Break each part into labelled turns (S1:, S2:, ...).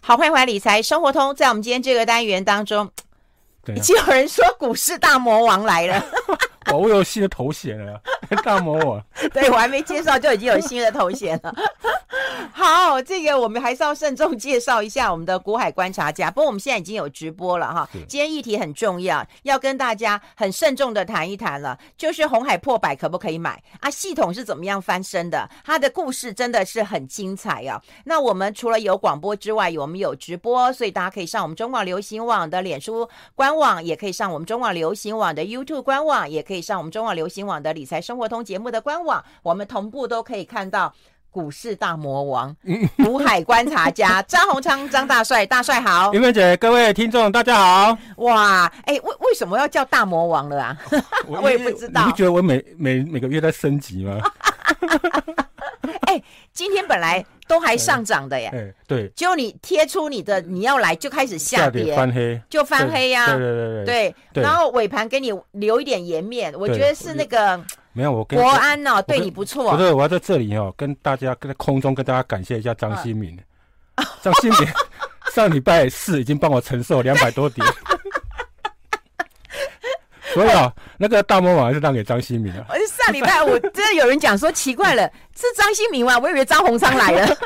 S1: 好，欢迎回来理财生活通，在我们今天这个单元当中，
S2: 对
S1: 已
S2: 啊，
S1: 经有人说股市大魔王来了，
S2: 哇我有新的头衔了， 大魔 王。
S1: 对我还没介绍就已经有新的头衔了。好，这个我们还是要慎重介绍一下我们的股海观察家。不过我们现在已经有直播了哈
S2: 是，
S1: 今天议题很重要，要跟大家很慎重的谈一谈了，就是红海破百可不可以买啊？系统是怎么样翻身的？它的故事真的是很精彩啊。那我们除了有广播之外，我们有直播，所以大家可以上我们中广流行网的脸书官网，也可以上我们中广流行网的 YouTube 官网，也可以上我们中广流行网的理财生活通节目的官网，我们同步都可以看到。股市大魔王、
S2: 嗯
S1: 股海观察家 张宏昌、张大帅，大帅好！
S2: 云芬姐，各位听众，大家 好。
S1: 哇，哎、为为什么要叫大魔王了啊？我也不知道
S2: 你不觉得我每每每个月在升级 吗？
S1: 今天本来都还上涨的耶，
S2: 哎，对，
S1: 结果你贴出你的你要来就开始下跌，
S2: 翻黑，
S1: 就翻黑呀、
S2: 对对对对，
S1: 对，
S2: 对
S1: 然后尾盘给你留一点颜面，我觉
S2: 对
S1: 得是那个
S2: 没有我跟
S1: 国安哦，对
S2: 跟
S1: 你不
S2: 不
S1: 错。
S2: 对，我要在这里哦，跟大家跟在空中跟大家感谢一下张新民，
S1: 哦
S2: 张新民 上礼拜四已经帮我承受两百多点， 所以啊，那个大魔王还是让给张新民啊了。
S1: 我上礼拜五真的有人讲说奇怪了，是张新民吗？我以为张宏昌来 了。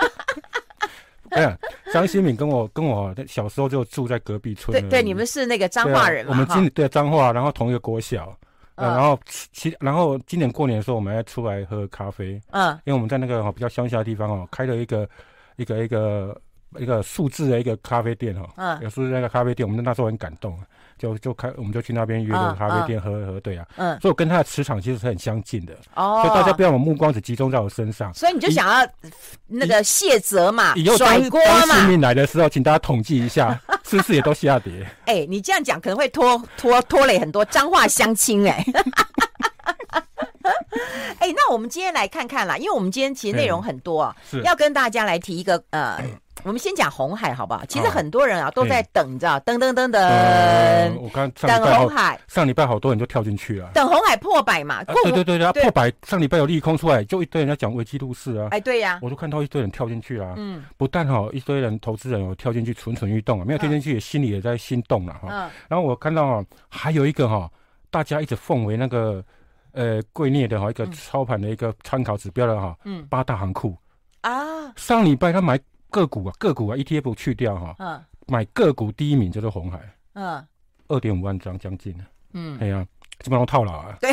S2: 哎呀，张新敏跟我跟我小时候就住在隔壁村
S1: 对
S2: 而已。
S1: 对，你们是那个彰
S2: 对啊
S1: 化人
S2: 我
S1: 嘛？
S2: 们今
S1: 哈，
S2: 年对彰化，然后同一个国小，呃
S1: 嗯
S2: 然后其其然后今年过年的时候，我们还出来喝咖啡，
S1: 嗯，
S2: 因为我们在那个哦比较乡下的地方哦，开了一个一个一个一个数字的一个咖啡店哦，
S1: 嗯
S2: 有数字那个咖啡店，我们那时候很感动，啊就就开我们就去那边约
S1: 嗯
S2: 了咖啡店喝一喝，对啊，
S1: 嗯
S2: 所以我跟他的磁场其实是很相近的，
S1: 哦，
S2: 所以大家不要把目光只集中在我身上。
S1: 所以你就想要那个卸责嘛
S2: 以后，当
S1: 啊甩锅
S2: 当市
S1: 嘛？
S2: 民来的时候，请大家统计一 下，是不是也都下跌？
S1: 哎，你这样讲可能会拖 拖拖累很多彰化乡亲哎。 哎，那我们今天来看看啦，因为我们今天其实内容
S2: 嗯
S1: 很多啊，
S2: 是
S1: 要跟大家来提一个呃，我们先讲红海好不好？其实
S2: 好
S1: 很多人啊都在等着，噔噔噔
S2: 呃，
S1: 噔，
S2: 我刚上
S1: 等
S2: 礼拜
S1: 红
S2: 好，
S1: 海，
S2: 上礼拜好多人就跳进去了。
S1: 等红海破百嘛。
S2: 啊
S1: 过
S2: 对对对，他
S1: 对
S2: 破百，上礼拜有利空出来，就一堆人在讲危机入市啊，
S1: 哎，对呀，
S2: 我就看到一堆人跳进去啊。
S1: 嗯
S2: 不但哈、一堆人投资人有跳进去蠢蠢欲动啊，没有跳进去也心里也在心动啊了哈、
S1: 嗯，
S2: 然后我看到哈、还有一个哈、大家一直奉为那个呃贵镍的哈、一个
S1: 嗯
S2: 操盘的一个参考指标的哈、
S1: 嗯
S2: 八大行库
S1: 啊，
S2: 上礼拜他买个股啊，个股啊 ETF 去掉哈、
S1: 嗯
S2: 买个股第一名就是红海，
S1: 嗯
S2: 二点五万张将近，
S1: 嗯，
S2: 哎呀、基本上套牢啊。
S1: 对，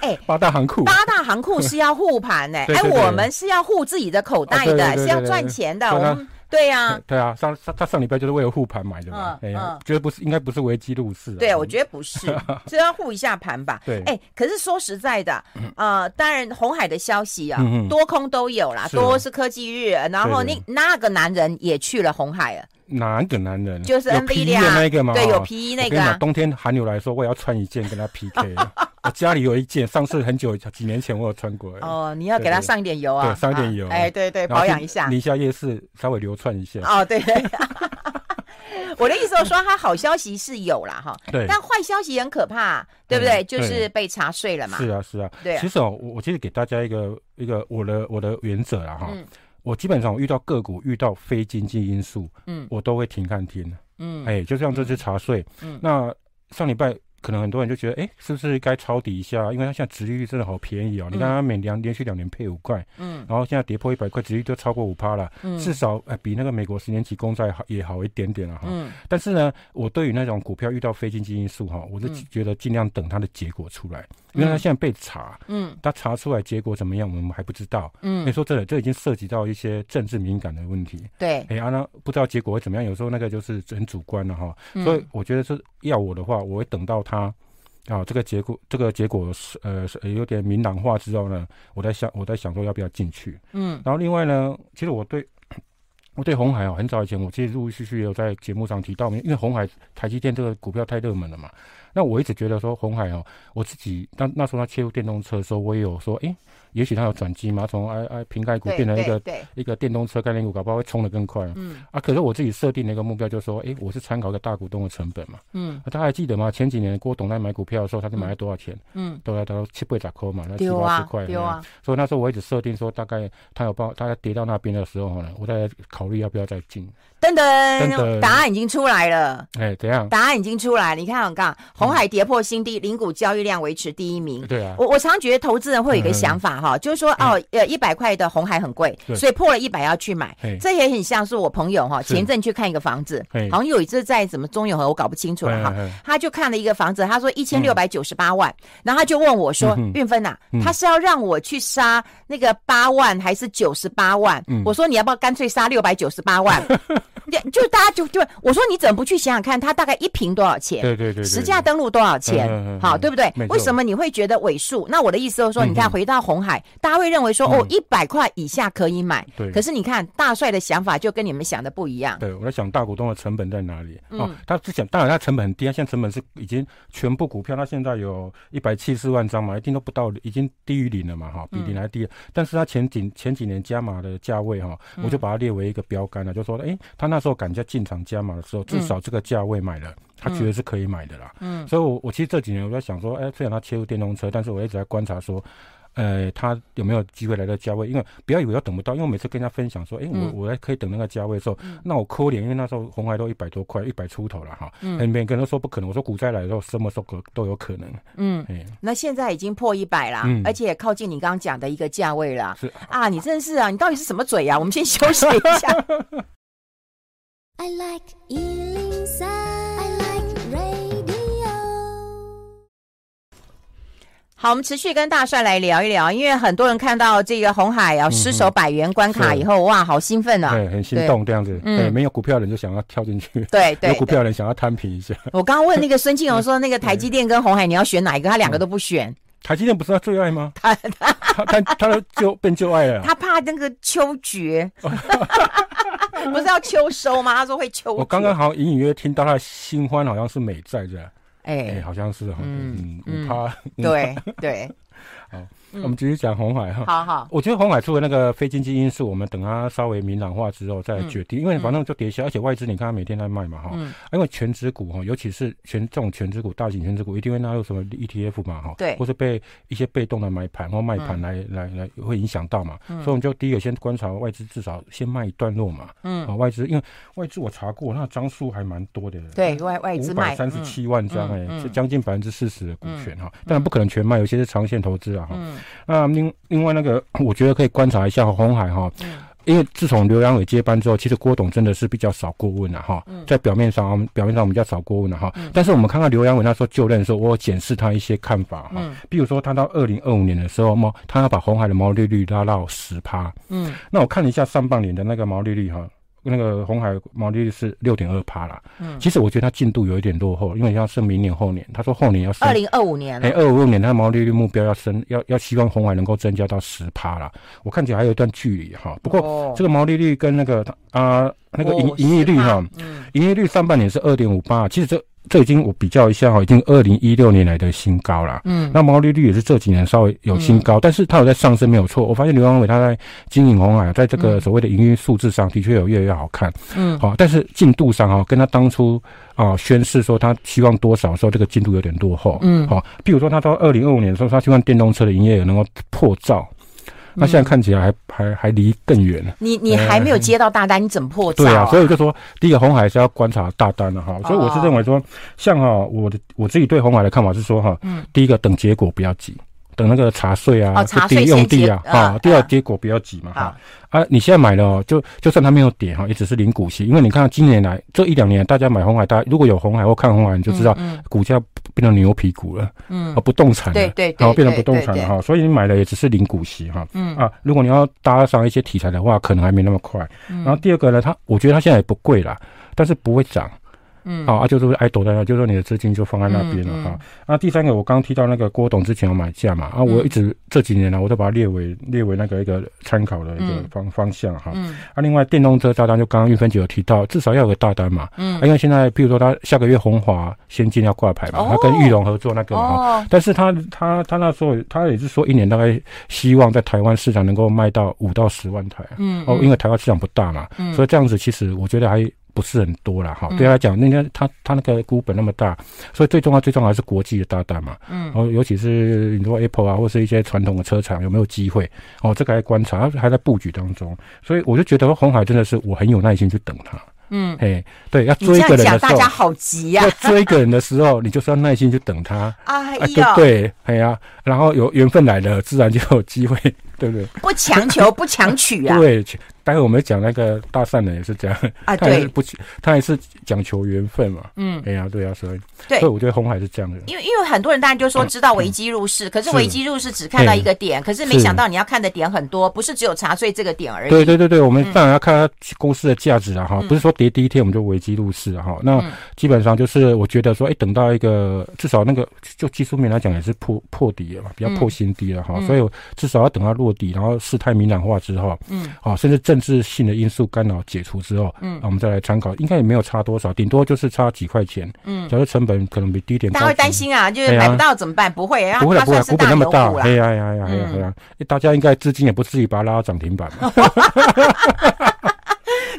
S1: 哎
S2: 八大行库
S1: 八大行库是要护盘呢，
S2: 对
S1: 哎，
S2: 对对
S1: 我们是要护自己的口袋
S2: 啊
S1: 的，
S2: 对对对对
S1: 是要赚钱的，
S2: 对
S1: 我
S2: 对
S1: 们 对呀
S2: 哎。对啊，上上他上礼拜就是为了护盘买的嘛，
S1: 嗯
S2: 哎呀
S1: 嗯，
S2: 觉得不是，应该不是危机入市啊。
S1: 对，我觉得不是，这要护一下盘吧。
S2: 对
S1: 哎、可是说实在 的，呃，当然红海的消息啊，
S2: 嗯嗯
S1: 多空都有啦，
S2: 是啊
S1: 多是科技日，然后那
S2: 对对
S1: 那个男人也去了红海了，
S2: 哪个男人？
S1: 就是
S2: 嗯有
S1: NVIDIA
S2: P 的那一个嘛，
S1: 啊对，
S2: 哦
S1: 有皮衣那
S2: 我跟
S1: 个
S2: 你
S1: 啊
S2: 讲，，冬天寒流来说，我也要穿一件跟他 PK 啊。我家里有一件，上次很久几年前我有穿过。
S1: 哦，你要给他
S2: 对对
S1: 上一点油啊，
S2: 对上一点油
S1: 啊哎，对对，
S2: 然后
S1: 保养
S2: 去
S1: 一下。
S2: 宁夏夜市稍微流窜一下。
S1: 哦，对。 我的意思，我说他好消息是有啦哈，
S2: 对，
S1: 但坏消息很可怕，啊对不
S2: 嗯
S1: 对？就
S2: 对
S1: 是被查税了嘛。
S2: 是啊是啊。
S1: 对啊
S2: 其实哦，我我其实给大家一个一个我的我的原则啦哈
S1: 嗯。
S2: 我基本上我遇到个股遇到非经济因素，
S1: 嗯
S2: 我都会停看停。
S1: 嗯
S2: 哎，就像这次茶税
S1: 嗯，
S2: 那上礼拜。可能很多人就觉得，哎，是不是该抄底一下？因为它现在殖利率真的好便宜哦！你看它每两连续两年配五块，
S1: 嗯
S2: 然后现在跌破一百块，殖利率都超过五趴了，
S1: 嗯
S2: 至少呃比那个美国十年期公债好也好一点点了哈。
S1: 嗯
S2: 但是呢，我对于那种股票遇到非经济因素哈，我就
S1: 嗯
S2: 觉得尽量等它的结果出来，因为它
S1: 嗯
S2: 现在被查，
S1: 嗯
S2: 它查出来结果怎么样，我们还不知道。你
S1: 嗯，
S2: 说真的，这已经涉及到一些政治敏感的问题。
S1: 对，
S2: 哎，啊，那不知道结果会怎么样，有时候那个就是很主观了哈。
S1: 嗯
S2: 所以我觉得是要我的话，我会等到它。啊，这个结果，这个结果是呃是有点明朗化之后呢，我在想，我在想说要不要进去。
S1: 嗯
S2: 然后另外呢，其实我对 我对红海哦，很早以前我其实陆陆续续有在节目上提到，因为红海、台积电这个股票太热门了嘛。那我一直觉得说红海哦，我自己那那时候它切入电动车的时候，我也有说，诶，也许它有转机嘛，从哎哎瓶盖股
S1: 对
S2: 变成一
S1: 对
S2: 个
S1: 对，
S2: 一个电动车概念股，搞不好会冲得更快
S1: 嗯
S2: 啊。可是我自己设定的一个目标就是说，诶，我是参考一个大股东的成本嘛。
S1: 嗯
S2: 啊大家还记得吗？前几年郭董在买股票的时候，他是买了多少钱？
S1: 嗯，
S2: 都要到七八十块嘛，那七
S1: 丢
S2: 八
S1: 啊
S2: 十块。
S1: 丢
S2: 哎呀
S1: 啊，
S2: 所以那时候我一直设定说，大概它有报，大概跌到那边的时候呢，我再考考虑要不要再进。
S1: 噔噔，
S2: 噔
S1: 答案已经出来了，
S2: 哎，怎样？
S1: 答案已经出来了。你看，我看红海跌破新低，零股交易量维持第一名。
S2: 对啊，
S1: 我我常觉得投资人会有一个
S2: 嗯
S1: 想法哈，就是说哦，呃，一百块的红海很贵，
S2: 对
S1: 所以破了一百要去买
S2: 嘿。
S1: 这也很像是我朋友哈，
S2: 是
S1: 前一阵去看一个房子，
S2: 嘿
S1: 好像有一次在什么中永和，我搞不清楚了哈。
S2: 哎哎哎
S1: 他就看了一个房子，他说一千六百九十八万，然后他就问我说：“
S2: 嗯嗯哼
S1: 运芬呐
S2: 嗯，
S1: 他是要让我去杀那个八万还是九十八万？”
S2: 嗯
S1: 我说：“你要不要干脆杀六百九十八 万？”就就大家就就我说你怎么不去想想看，他大概一平多少钱？
S2: 对对对对，
S1: 实
S2: 对
S1: 价登录多少钱
S2: 嗯嗯嗯？
S1: 好，对不对
S2: 没？错
S1: 为什么你会觉得尾数？那我的意思就是说，
S2: 嗯
S1: 你看
S2: 嗯
S1: 回到红海，大家会认为说
S2: 嗯
S1: 哦，一百块以下可以买。
S2: 对
S1: 可是你看大帅的想法就跟你们想的不一样。
S2: 对，我在想大股东的成本在哪里？哦
S1: 嗯，
S2: 他之前当然他成本很低，他现在成本是已经全部股票，他现在有一百七十万张嘛，一定都不到，已经低于零了嘛，哈，比
S1: 嗯
S2: 零还低了。但是他前几前几年加码的价位哈，
S1: 嗯
S2: 我就把它列为一个标杆了，就说，哎，他那时候敢在进场加码的时候，至少这个价位买了。他觉得是可以买的啦，
S1: 嗯
S2: 所以我我其实这几年我在想说，哎，虽然他切入电动车，但是我一直在观察说，呃，他有没有机会来到价位？因为不要以为我等不到，因为我每次跟他分享说，哎、我
S1: 嗯
S2: 我还可以等那个价位的时候，那我抠脸，因为那时候红海都一百多块，一百出头了哈，哎
S1: 嗯
S2: 很每个人都说不可能，我说股灾来的时候什么时候可都有可能，
S1: 嗯，
S2: 哎、
S1: 那现在已经破一百啦
S2: 嗯，
S1: 而且靠近你刚刚讲的一个价位啦。
S2: 是
S1: 啊，你真是啊，你到底是什么嘴啊？我们先休息一下。
S3: I like Ealing Sound. I like radio.
S1: 好，我们持续跟大帅来聊一聊，因为很多人看到这个红海啊
S2: 哼
S1: 失守百元关卡以后，哇，好兴奋啊！
S2: 哎对，很心动这样子，哎
S1: 嗯
S2: 对，没有股票的人就想要跳进去，
S1: 对
S2: 有
S1: 对
S2: 股
S1: 对。
S2: 票的人想要摊平一下。
S1: 我刚刚问那个孙庆荣说，那个台积电跟红海你要选哪一个？他两个都不选，
S2: 台积电不是他最 爱吗？他他他他就变旧爱了。啊
S1: 他怕那个秋 决，不是要秋收吗？他说会秋决。
S2: 我刚刚好像隐隐约听到他的新欢好像是美债这样，哎、
S1: 哎，
S2: 好像是哈，
S1: 嗯
S2: 嗯，
S1: 嗯
S2: 五趴。
S1: 对对，嗯
S2: 我们继续讲红海哈。
S1: 好好，
S2: 我觉得红海出的那个非经济因素，我们等它稍微明朗化之后再决定，因为反正就跌下，而且外资你看它每天在卖嘛哈，啊
S1: 嗯
S2: 因为全指股哈，尤其是全这种全指股、大型全指股一定会纳入什么 ETF 嘛哈，
S1: 对嗯
S2: 或是被一些被动的买盘或卖盘来、来来会影响到嘛，所以我们就第一个先观察外资至少先卖一段落嘛，
S1: 嗯
S2: 啊，外资因为外资我查过，那张数还蛮多的，
S1: 对外外资
S2: 五
S1: 卖
S2: 百三十，七万张哎、
S1: 嗯嗯
S2: 是将近百分之四十的股权哈，当然不可能全卖，有些是长线投资啊哈。
S1: 嗯
S2: 那另另外那个， 我觉得可以观察一下红海哈，
S1: 嗯
S2: 因为自从刘阳伟接班之后，其实郭董真的是比较少过问了、哈，
S1: 嗯
S2: 在表面上，我们表面上我们比较少过问了、啊哈、但是我们看到刘阳伟那时候就任的时候，我有检视他一些看法哈，
S1: 嗯
S2: 比如说他到二零二五年的时候，毛他要把红海的毛利率拉到十趴，
S1: 嗯
S2: 那我看了一下上半年的那个毛利率哈。那个红海毛利率是六点二趴啦，
S1: 嗯
S2: 其实我觉得它进度有一点落后，因为要是明年后年，他说后年要升
S1: 二零二五年
S2: 哎，
S1: 了，
S2: 二五年它的毛利率目标要升，要要希望红海能够增加到十趴啦。我看起来还有一段距离哈。不过
S1: 过
S2: 这个毛利率跟那个啊、那
S1: 哦
S2: 个盈盈利率哈，，
S1: 嗯
S2: 盈利率上半年是二点五八，其实这这已经我比较一下哈，已经二零一六年来的新高啦。
S1: 嗯
S2: 那毛利率也是这几年稍微有新高，但是它有在上升，没有错。我发现刘阳伟他在经营红海，啊在这个
S1: 嗯
S2: 所谓的营运数字上的确有越来越好看。
S1: 嗯
S2: 好、但是进度上哈、跟他当初啊、宣誓说他希望多少的时候，这个进度有点落后。
S1: 嗯
S2: 好、比如说他到二零二五年的时候，他希望电动车的营业额能够破兆，
S1: 嗯
S2: 那现在看起来还、还还离更远。
S1: 你你还没有接到大单，你怎么破
S2: 对
S1: 兆
S2: 啊，所以我就说，第一个红海是要观察大单的、哈，所以我是
S1: 哦
S2: 认为说，像哈、我的我自己对红海的看法是说哈、
S1: 嗯
S2: 第一个等结果不要急，等那个查税啊、
S1: 哦查
S2: 地
S1: 税先
S2: 用地啊
S1: 结呃
S2: 啊，
S1: 嗯
S2: 第二
S1: 嗯
S2: 结果不要急嘛哈、
S1: 好，
S2: 啊，你现在买了哦，就就算它没有跌哈，也只是零股息，因为你看今年来这一两年，大家买红海，大家如果有红海或看红海，你就知道
S1: 嗯
S2: 股价变成牛皮股了，
S1: 嗯
S2: 啊，不动产了，
S1: 对对对
S2: 然后变成
S1: 对
S2: 不动产了哈，所以你买了也只是零股息哈。
S1: 嗯
S2: 啊，如果你要搭上一些题材的话，可能还没那么快。
S1: 嗯
S2: 然后第二个呢，它我觉得它现在也不贵啦，但是不会涨。
S1: 嗯
S2: 啊，啊就是爱躲在那，就是说你的资金就放在那边了
S1: 嗯嗯
S2: 哈、那第三个，我刚提到那个郭董之前有买价嘛，啊，
S1: 嗯
S2: 我一直这几年来我都把它列为列为那个一个参考的一个
S1: 嗯
S2: 方方向哈。
S1: 嗯
S2: 啊，另外电动车大单就刚刚玉芬姐有提到，至少要有个大单嘛，啊
S1: 嗯
S2: 因为现在譬如说它下个月红华先进要挂牌嘛，它
S1: 哦
S2: 跟玉龙合作那个嘛哈。
S1: 哦
S2: 但是他他他那时候他也是说一年大概希望在台湾市场能够卖到五到十万台，啊哦
S1: 嗯
S2: 哦，因为台湾市场不大嘛，
S1: 嗯
S2: 所以这样子其实我觉得还不是很多了哈。
S1: 嗯
S2: 对他来啊讲，那天他他那个股本那么大，所以最重要最重要还是国际的大单嘛。
S1: 嗯
S2: 哦，尤其是你说 Apple 啊，或是一些传统的车厂有没有机会？哦，这个还观察，还在布局当中。所以我就觉得红海真的是我很有耐心去等他。
S1: 嗯，
S2: 嘿，对，要
S1: 你
S2: 追一
S1: 这
S2: 个
S1: 样
S2: 人
S1: 讲，
S2: 的时
S1: 大
S2: 候
S1: 家，好急呀
S2: 要、追一个人的时候，你就是要耐心去等他。
S1: 哎
S2: 啊，
S1: 呦，
S2: 对对，哎呀、然后有缘分来了， 自然就有机会，对不对？
S1: 不强求，不强取啊，
S2: 对，其待会我们讲那个大善人也是这样，
S1: 啊，
S2: 他也是
S1: 对，
S2: 不，他也是讲求缘分嘛。
S1: 嗯。
S2: 哎呀、对呀、所以，
S1: 对
S2: 所以我觉得红海是这样的。
S1: 因为因为很多人当然就说知道危机入市，可是
S2: 是
S1: 危机入市只看到一个点，可是没
S2: 是
S1: 想到你要看的点很多，不是只有茶税这个点而已。
S2: 对对对对，我们
S1: 嗯
S2: 当然要看它公司的价值啊哈，不是说跌第一天我们就危机入市啊哈。那
S1: 嗯
S2: 基本上就是我觉得说，哎，等到一个至少那个就技术面来讲也是破破底了嘛，比较破新低了哈，
S1: 嗯
S2: 所以我至少要等它落底，然后事态明朗化之后，
S1: 嗯，
S2: 啊，甚至政治性的因素干扰解除之后，
S1: 嗯
S2: 啊，我们再来参考，应该也没有差多少，顶多就是差几块钱，
S1: 嗯
S2: 假如成本可能比低点高
S1: 大
S2: 几，
S1: 家会担心啊，就是
S2: 对啊
S1: 买不到怎么办？不会，然
S2: 不
S1: 后
S2: 会啦
S1: 它
S2: 不会啦，
S1: 算是
S2: 股
S1: 大
S2: 本那么
S1: 牛
S2: 大
S1: 股，啦嗯
S2: 哎。呀哎呀哎呀哎呀哎呀，大家应该资金也不至于把它拉到涨停板 嘛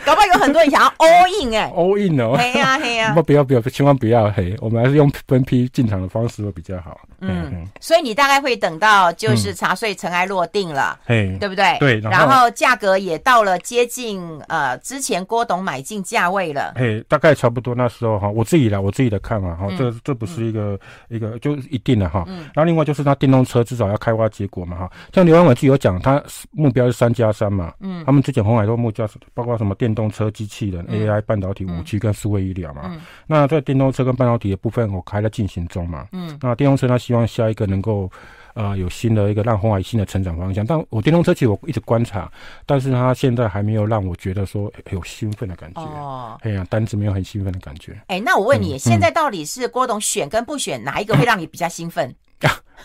S1: 搞不好有很多人想要 all in 哎、
S2: ，all in 哦。
S1: 嘿呀嘿呀
S2: 不，，不要不要，千万不要嘿！我们还是用分批进场的方式会比较好。
S1: 嗯，所以你大概会等到就是茶税尘埃落定了。
S2: 嘿，
S1: 对不对？
S2: 嗯对然
S1: 然
S2: 后
S1: 后价格也到了接近呃之前郭董买进价位了。
S2: 嘿，大概差不多那时候哈，我自己来我自己的看法哈
S1: 嗯，
S2: 这这不是一个一个就一定的哈。
S1: 嗯
S2: 然后另外就是它电动车至少要开花结果嘛哈，像刘安伟自己有讲，他目标是三加三嘛，
S1: 嗯
S2: 他们之前红海都目标是包括什么电动车、机器人、
S1: 嗯
S2: AI、半导体、
S1: 嗯
S2: 五 G 跟数位医疗嘛。
S1: 嗯
S2: 那在电动车跟半导体的部分，我还在进行中嘛。
S1: 嗯
S2: 那电动车呢，希望下一个能够呃有新的一个让红海新的成长方向。但我电动车其实我一直观察，但是它现在还没有让我觉得说诶有兴奋的感觉。
S1: 哦，
S2: 哎呀，单子没有很兴奋的感觉。
S1: 哎，那我问你，
S2: 嗯
S1: 现在到底是郭董选跟不选，哪一个会让你比较兴奋？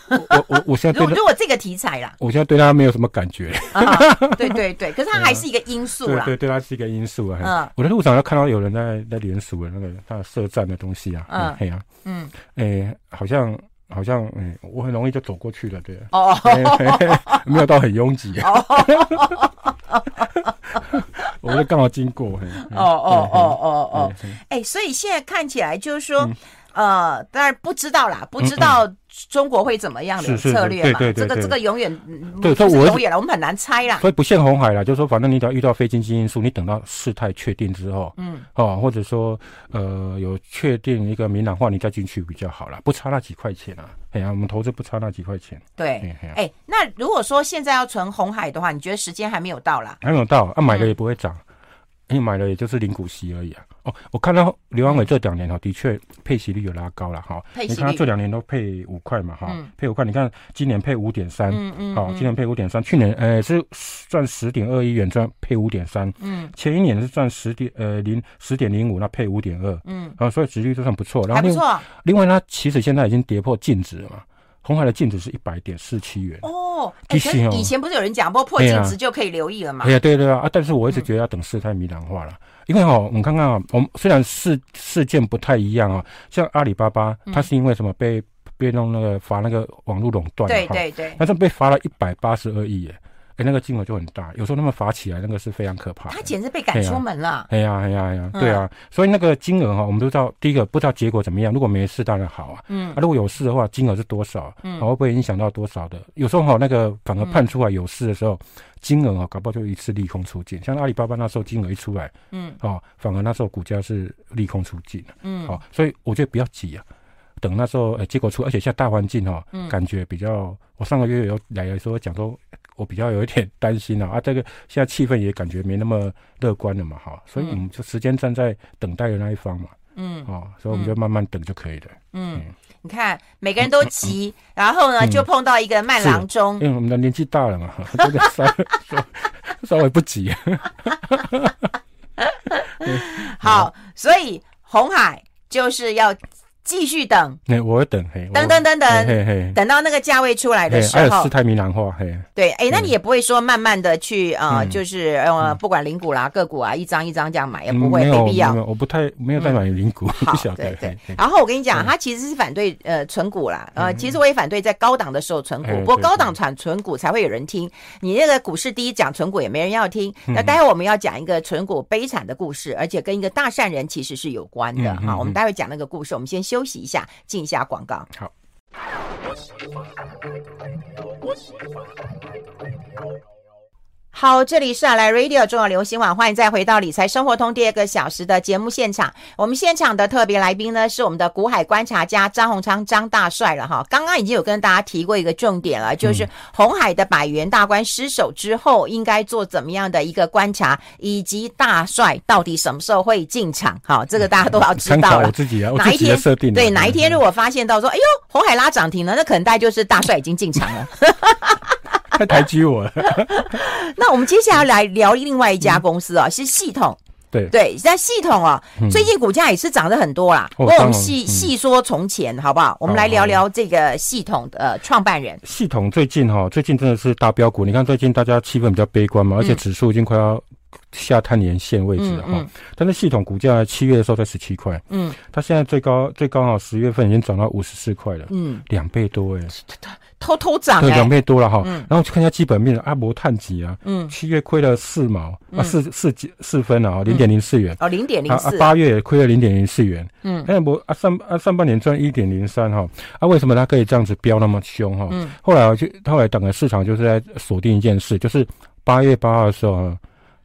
S2: 我
S1: 哦
S2: 我我我现在
S1: 如
S2: 嗯对
S1: 果
S2: 它，
S1: 如果这个题材啦，
S2: 我现在对它没有什么感觉。
S1: 啊，对对对，可是它还是一个因素
S2: 对
S1: 啦。
S2: 对，对它是一个因素啊。嘿
S1: 嗯
S2: 我在路上要看到有人在在联署的那个他的设站的东西啊。
S1: 嗯
S2: 哎呀，
S1: 嗯，
S2: 哎，好像好像哎，我很容易就走过去了， 对。
S1: 哦，
S2: 嘿嘿嘿没有到很拥挤， 我就刚好经过。嘿
S1: 哦哦哦哦哦，
S2: 嘿嘿
S1: 哎，所以现在看起来就是说，
S2: 嗯
S1: 呃，当然不知道啦，不知道中国会怎么样的
S2: 是是
S1: 策略嘛，
S2: 对对
S1: 这
S2: 对
S1: 个
S2: 对
S1: 这个永远嗯
S2: 对
S1: 不
S2: 所以
S1: 是
S2: 我
S1: 永远了，我们很难猜啦。
S2: 所以不限红海啦，就是说，反正你只要遇到非经济因素，你等到事态确定之后，
S1: 嗯
S2: 哦，或者说呃有确定一个明朗化，你再进去比较好啦，不差那几块钱啊。哎呀，我们投资不差那几块钱，
S1: 对。
S2: 哎呀，
S1: 哎，那如果说现在要存红海的话，你觉得时间还没有到啦？
S2: 还没有到
S1: 嗯
S2: 啊，买了也不会涨，你买了也就是零股息而已啊。哦，我看到刘安伟这两年哦哈，的确配息率有拉高了哈。
S1: 嗯配息
S2: 你看他
S1: 率
S2: 这两年都配五块嘛哈，
S1: 嗯
S2: 配五块，你看今年配五点三，哦
S1: 嗯嗯
S2: 好，今年配五点三，去年呃是赚十点二亿元，赚配五点三，
S1: 嗯
S2: 前一年是赚十点呃零十点零五，那配五点二，
S1: 嗯，
S2: 啊，所以值率都算不错。然
S1: 还
S2: 后
S1: 不
S2: 另
S1: 错
S2: 另外它其实现在已经跌破净值了嘛，红海的净值是一百点四七元。
S1: 哦。哎，可
S2: 其
S1: 是
S2: 实哦
S1: 以前不是有人讲过破净
S2: 对啊
S1: 值就可以留意了嘛
S2: 哎？呀，对对啊，啊，但是我一直觉得要等事态明朗化了。因为哈、我们看看啊、我们虽然事事件不太一样啊、像阿里巴巴，
S1: 嗯
S2: 它是因为什么被、被弄那个罚那个网络垄断、啊，
S1: 对
S2: 哈
S1: 对对，
S2: 但是被罚了一百八十二亿耶，哎，那个金额就很大，有时候他们罚起来那个是非常可怕的
S1: 他。简直被赶
S2: 对啊
S1: 出门了。
S2: 哎呀哎呀哎呀，对啊，所以那个金额哈、我们都知道，第一个不知道结果怎么样，如果没事当然好啊，
S1: 嗯
S2: 啊，如果有事的话，金额是多少？
S1: 嗯
S2: 嗯，会不会影响到多少的？有时候哈、那个反而判出来有事的时候，金额哈、搞不好就一次利空出尽。像阿里巴巴那时候金额一出来，
S1: 嗯
S2: 哦，反而那时候股价是利空出尽了。
S1: 嗯，
S2: 哦，所以我觉得不要急啊，等那时候呃结果出，而且现在大环境哦，
S1: 嗯
S2: 感觉比较，我上个月有来的时候讲说，我比较有一点担心啊，啊，这个现在气氛也感觉没那么乐观了嘛，哈、所以
S1: 嗯
S2: 我们就时间站在等待的那一方嘛，
S1: 嗯
S2: 哦，所以我们就慢慢等就可以了。
S1: 嗯
S2: 嗯，
S1: 你看每个人都急，然后呢
S2: 嗯
S1: 就碰到一个慢郎中
S2: 因。嗯为我们的年纪大了嘛，这个稍微稍稍微不啊急。
S1: 好，所以红海就是要继续等，
S2: 那我会等，嘿，我
S1: 等等等等，
S2: 嘿嘿，
S1: 等到那个价位出来
S2: 嘿
S1: 的时
S2: 还有
S1: 候
S2: 事，态明朗化，嘿，
S1: 对，哎，那你
S2: 嗯
S1: 也不会说慢慢的去呃，
S2: 嗯
S1: 就是呃，
S2: 嗯
S1: 不管零股啦、个股啊，一张一张这样买，也
S2: 嗯
S1: 不会
S2: 没有
S1: 没必要嗯
S2: 没。有，我不太没有在买零股，
S1: 好
S2: 不晓得
S1: 对，对
S2: 嘿嘿
S1: 然后我跟你讲，
S2: 嗯
S1: 他其实是反对呃存股啦，呃，
S2: 嗯
S1: 其实我也反对在高档的时候存股
S2: 哎，
S1: 不过
S2: 对
S1: 高
S2: 对
S1: 档产存股才会有人听。你那个股市第一讲存股也没人要听。那
S2: 嗯
S1: 待会我们要讲一个存股悲惨的故事，而且跟一个大善人其实是有关的
S2: 嗯嗯
S1: 哈。我们
S2: 嗯
S1: 待会讲那个故事，我们先休息一下，进一下广告。
S2: 好。
S1: 好，这里是啊阿来 Radio 中国流行网，欢迎再回到理财生活通第二个小时的节目现场。我们现场的特别来宾呢，是我们的股海观察家张宏昌张大帅了哈。刚刚已经有跟大家提过一个重点
S2: 嗯
S1: 了，就是红海的百元大关失守之后，应该做怎么样的一个观察，以及大帅到底什么时候会进场？ 好，这个大家都要知
S2: 参
S1: 道
S2: 考我
S1: 了。
S2: 自己啊，我
S1: 哪
S2: 自
S1: 一
S2: 己的
S1: 天
S2: 设定啊，
S1: 对，哪一天如
S2: 果
S1: 果发现到说，哎呦，红海拉涨停了，那可能大概就是大帅已经进场了。
S2: 太抬 举我了，
S1: 那我们接下来来聊另外一家公司哦，是系统。
S2: 嗯对
S1: 对，在系统哦，
S2: 嗯
S1: 最近股价也是涨得很多啦。
S2: 哦
S1: 不过我
S2: 当
S1: 们
S2: 然
S1: 细
S2: 嗯哦
S1: 细说从前，好不好？我们
S2: 好
S1: 来聊
S2: 好
S1: 聊这个系统的呃创办人。
S2: 系统最近哈，最近真的是大标股，你看最近大家气氛比较悲观嘛，而且指数已经快要下探年线位置了哈。
S1: 嗯嗯
S2: 但是系统股价七月的时候在十七块，
S1: 嗯
S2: 它现在最高最高哈，十月份已经涨到五十四块了，
S1: 嗯，
S2: 两倍多哎，
S1: 偷偷涨
S2: 对，两
S1: 哎，
S2: 倍多了哈。
S1: 嗯
S2: 然后去看一下基本面，阿摩探几啊，
S1: 嗯，
S2: 七月亏了四毛
S1: 嗯
S2: 啊，四四几四分啊，零点零四元。
S1: 哦，零点零
S2: 啊啊！
S1: 四，
S2: 八月亏了零点零四元，
S1: 嗯
S2: 哎，我啊上啊上半年赚一点零三哈，啊为什么它可以这样子飙那么凶哈？
S1: 嗯
S2: 后来我就后来整个市场就是在锁定一件事，就是八月八号的时候啊，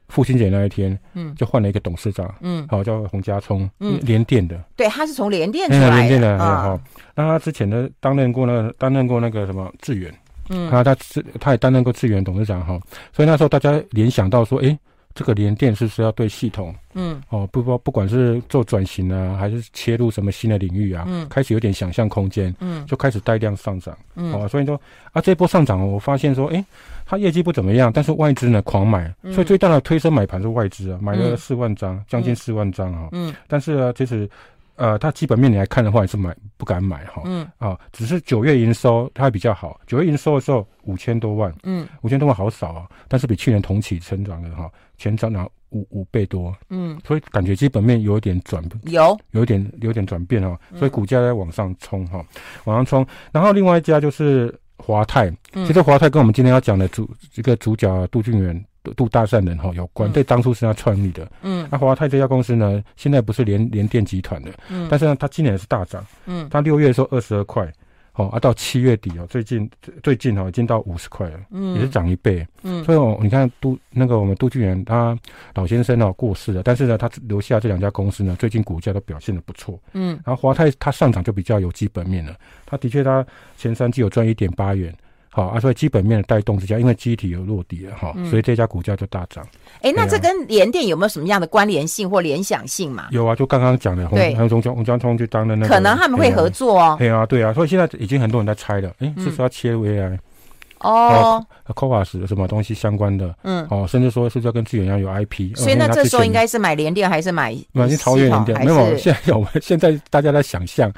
S2: 父亲节那一天
S1: 嗯
S2: 就换了一个董事长，
S1: 嗯，
S2: 好、叫洪家聪，
S1: 嗯
S2: 联电的，
S1: 对，它是从联电出
S2: 哎
S1: 来
S2: 联电
S1: 的
S2: 的哈、
S1: 啊
S2: 哦，那他之前呢担任过那个担任过那个什么致远，
S1: 嗯
S2: 他他是他也担任过致远董事长哈、所以那时候大家联想到说，哎，这个联电是不是要对系统
S1: 嗯
S2: 哦，不不不管是做转型啊，还是切入什么新的领域啊，
S1: 嗯
S2: 开始有点想象空间，
S1: 嗯
S2: 就开始带量上涨。
S1: 嗯
S2: 哦，所以说啊，这波上涨哦，我发现说，诶，它业绩不怎么样，但是外资呢狂买，
S1: 嗯
S2: 所以最大的推升买盘是外资啊，买
S1: 嗯
S2: 了四万张，将
S1: 嗯
S2: 近四万张哦。
S1: 嗯
S2: 但是呢，其实呃，它基本面你来看的话，也是买不敢买哈、哦。
S1: 嗯
S2: 啊、只是九月营收它比较好，九月营收的时候五千多万，
S1: 嗯
S2: 五千多万好少啊，但是比去年同期成长了哈、哦全成长五五倍多，
S1: 嗯，
S2: 所以感觉基本面有一点转
S1: 有，
S2: 有一点有一点转变哦，
S1: 嗯
S2: 所以股价在往上冲哈、往上冲。然后另外一家就是华泰，
S1: 嗯
S2: 其实华泰跟我们今天要讲的主这个主角杜俊元。杜杜大善人哈、有关，
S1: 嗯
S2: 这当初是他创立的。
S1: 嗯
S2: 那华泰这家公司呢，现在不是联联电集团的，
S1: 嗯，
S2: 但是呢，它今年也是大涨。
S1: 嗯
S2: 它六月的时候二十二块，哦，啊，到七月底哦，最近最近哦，已经到五十块了，
S1: 嗯
S2: 也是涨一倍。
S1: 嗯
S2: 所以哦，你看杜那个我们杜俊元他老先生哦过世了，但是呢，他留下这两家公司呢，最近股价都表现的不错。
S1: 嗯
S2: 然后华泰它上涨就比较有基本面了，它的确它前三季有赚一点八元，好啊，所以基本面的带动之下，因为基体有落底了哈，
S1: 嗯
S2: 所以这家股价就大涨。
S1: 哎，那
S2: 对啊
S1: 这跟联电有没有什么样的关联性或联想性嘛？
S2: 有啊，就刚刚讲的洪
S1: 对
S2: 洪洪江洪江聪去当的那个，
S1: 可能他们会合。作哦。
S2: 对啊，对啊，所以现在已经很多人在猜了，诶，
S1: 嗯
S2: 是不是要切入 AI、
S1: 哦，
S2: CoWAS 什么东西相关的？
S1: 嗯，
S2: 哦，甚至说是不是要跟智远一样有 IP？
S1: 所以那这时候应该是买联
S2: 哦
S1: 电还是买
S2: 那
S1: 系
S2: 经
S1: 统
S2: 超越零点，
S1: 还
S2: 没有。
S1: 是
S2: 现在我们现在大家在想 象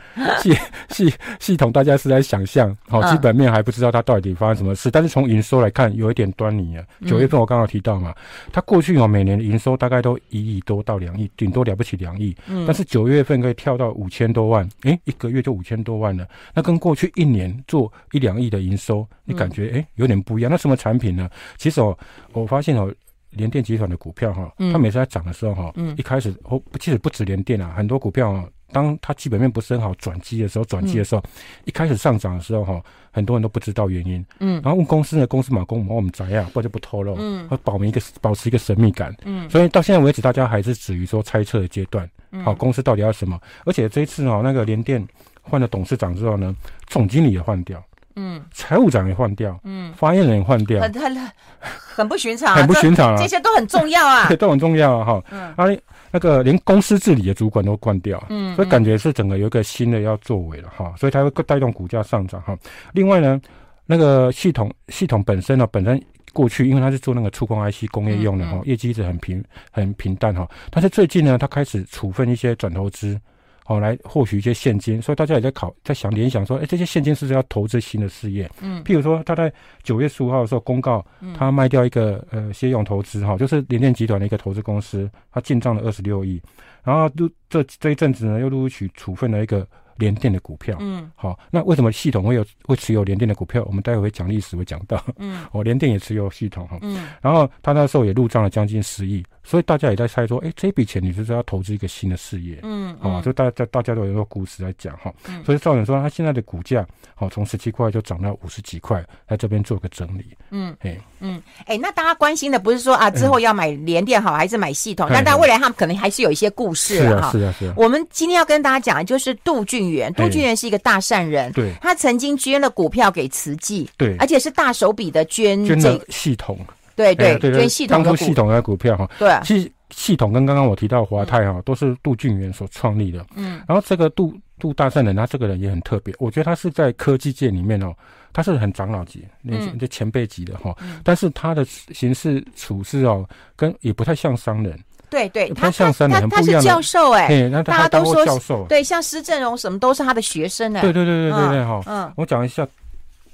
S2: 系系系统，大家是在想象，好、
S1: 嗯
S2: 基本面还不知道它到底发生什么事。但是从营收来看，有一点端倪啊。
S1: 嗯
S2: 九月份我刚好提到嘛，它过去哦每年的营收大概都一亿多到两亿，顶多了不起两亿，
S1: 嗯
S2: 但是九月份可以跳到五千多万，诶，一个月就五千多万了。那跟过去一年做一两亿的营收，你
S1: 嗯
S2: 感觉诶有点不一样。那什么产品呢？其实哦，我发现哦。联电集团的股票哈，
S1: 嗯
S2: 它每次在涨的时候哈，
S1: 嗯
S2: 一开始哦，其实不止联电啊，很多股票啊，当它基本面不是很好转机的时候，转
S1: 嗯
S2: 机的时候，一开始上涨的时候哈，很多人都不知道原因，
S1: 嗯
S2: 然后问公司呢，公司马公我们宅啊，不然就不透露，
S1: 嗯
S2: 要保密一个保持一个神秘感，
S1: 嗯
S2: 所以到现在为止，大家还是止于说猜测的阶段。
S1: 嗯
S2: 好、公司到底要什么？而且这一次哦，那个联电换了董事长之后呢，总经理也换掉，
S1: 嗯
S2: 财务长也换掉，
S1: 嗯，
S2: 发言人也换掉，
S1: 很很很不寻常啊，
S2: 啊很不寻常
S1: 这
S2: 啊
S1: 这，些都很重要啊
S2: 对，。都很重要啊哈。
S1: 嗯
S2: 啊，那个连公司治理的主管都换掉，
S1: 嗯，
S2: 所以感觉是整个有一个新的要作为了哈，所以才会带动股价上涨哈。另外呢，那个系统系统本身呢、本身过去因为它是做那个触控 IC 工业用的哈
S1: 嗯，
S2: 业绩一直很平很平淡哈，但是最近呢，它开始处分一些转投资。哦，来获取一些现金，所以大家也在考，在想联想说，哎，这些现金是不是要投资新的事业？
S1: 嗯
S2: 譬如说，他在九月十五号的时候公告，
S1: 嗯
S2: 他卖掉一个呃协永投资哈、就是联电集团的一个投资公司，他进账了二十六亿，然后陆这这一阵子呢，又陆续处分了一个联电的股票。
S1: 嗯
S2: 好，那为什么系统会有会持有联电的股票？我们待会会讲历史会讲到，
S1: 嗯
S2: 哦，联电也持有系统哈。
S1: 嗯
S2: 然后他那时候也入账了将近十亿，所以大家也在猜说，哎，这笔钱你就是要投资一个新的事业。
S1: 嗯，
S2: 哦，就大家大家都有那个故事来讲哈、
S1: 嗯
S2: 所以赵远说他现在的股价，好、从十七块就涨到五十几块，在这边做个整理。
S1: 嗯
S2: 嘿，
S1: 嗯，哎，那大家关心的不是说啊，之后要买联电好还是买系统？
S2: 嗯
S1: 但但未来他们可能还是有一些故事了
S2: 啊，
S1: 哈。
S2: 是啊，是啊，
S1: 我们今天要跟大家讲，的就是杜俊元，
S2: 哎
S1: 杜俊元是一个大善人，
S2: 对
S1: 他曾经捐了股票给慈济，
S2: 对
S1: 而，且是大手笔的捐
S2: 捐
S1: 啊这
S2: 了，系统，
S1: 对
S2: 哎
S1: 对，
S2: 呀对
S1: 捐系统
S2: 当
S1: 的股
S2: 初
S1: 啊
S2: 系，统的股票哈、
S1: 对，
S2: 其实系统跟刚刚我提到华泰哈、都是杜俊元所创立的。
S1: 嗯
S2: 然后这个杜杜大善人，他这个人也很特别，我觉得他是在科技界里面哦，他是很长老级、那
S1: 嗯
S2: 那前辈级的哈、
S1: 嗯
S2: 但是他的行事处事哦，跟也不太像商人，
S1: 对对，
S2: 不
S1: 他
S2: 太像
S1: 他
S2: 三人
S1: 他
S2: 很
S1: 他
S2: 不一
S1: 是
S2: 样的
S1: 教授哎，
S2: 嘿，那
S1: 大
S2: 他
S1: 家
S2: 还当
S1: 都
S2: 过
S1: 说
S2: 教
S1: 是
S2: 授，啊
S1: 对，像施正荣什么都是他的学生哎，
S2: 对对对对对对哈、
S1: 嗯
S2: 我讲一下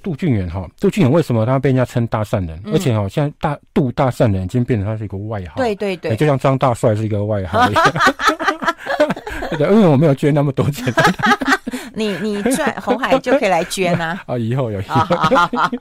S2: 杜俊远哈，杜俊远为什么他被人家称大善人？
S1: 嗯
S2: 而且哈，现在大杜大善人已经变成他是一个外号，
S1: 对对
S2: 哎
S1: 对，
S2: 就像张大帅是一个外号 一样。 对，因为我没有捐那么多钱
S1: 你你赚红海就可以来捐 啊，
S2: 啊，以后有以
S1: 啊
S2: 后。
S1: 好好好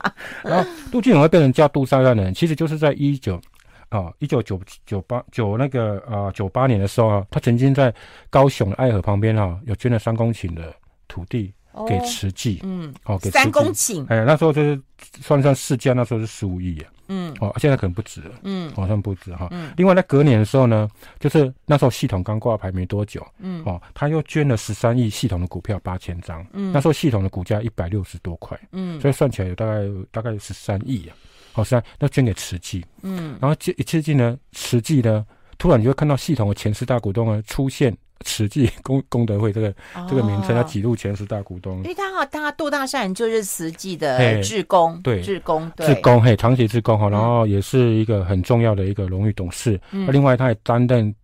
S2: 然后 杜俊远会被人叫杜大善人，其实就是在一九。啊，一九九九八九那个啊九八年的时候啊，他曾经在高雄的爱河旁边啊，有捐了三公顷的土地
S1: 哦
S2: 给慈济，
S1: 嗯，
S2: 哦，给慈
S1: 三
S2: 济
S1: 公顷，
S2: 哎，那时候就是算算市价，那时候是十五亿啊，
S1: 嗯
S2: 哦，现在可能不止了，
S1: 嗯
S2: 好像不止哈。
S1: 嗯
S2: 另外，在隔年的时候呢，就是那时候系统刚挂牌没多久，
S1: 嗯
S2: 哦，他又捐了十三亿系统的股票八千张，
S1: 嗯
S2: 那时候系统的股价一百六十多块，
S1: 嗯
S2: 所以算起来有大概大概十三亿啊，好、哦，三那捐给慈济，
S1: 嗯
S2: 然后这一次进呢，慈济呢，突然你会看到系统的前十大股东呢出现慈济功功德会这个、这个名称，它
S1: 哦
S2: 挤入前十大股东
S1: 因，为他好，他杜大善就是慈济的
S2: 嘿
S1: 志工，
S2: 对
S1: 志工，对
S2: 志，工，嘿，长期志工哈，然
S1: 嗯
S2: 后也是一个很重要的一个荣誉董事。
S1: 嗯
S2: 那另外，他也担任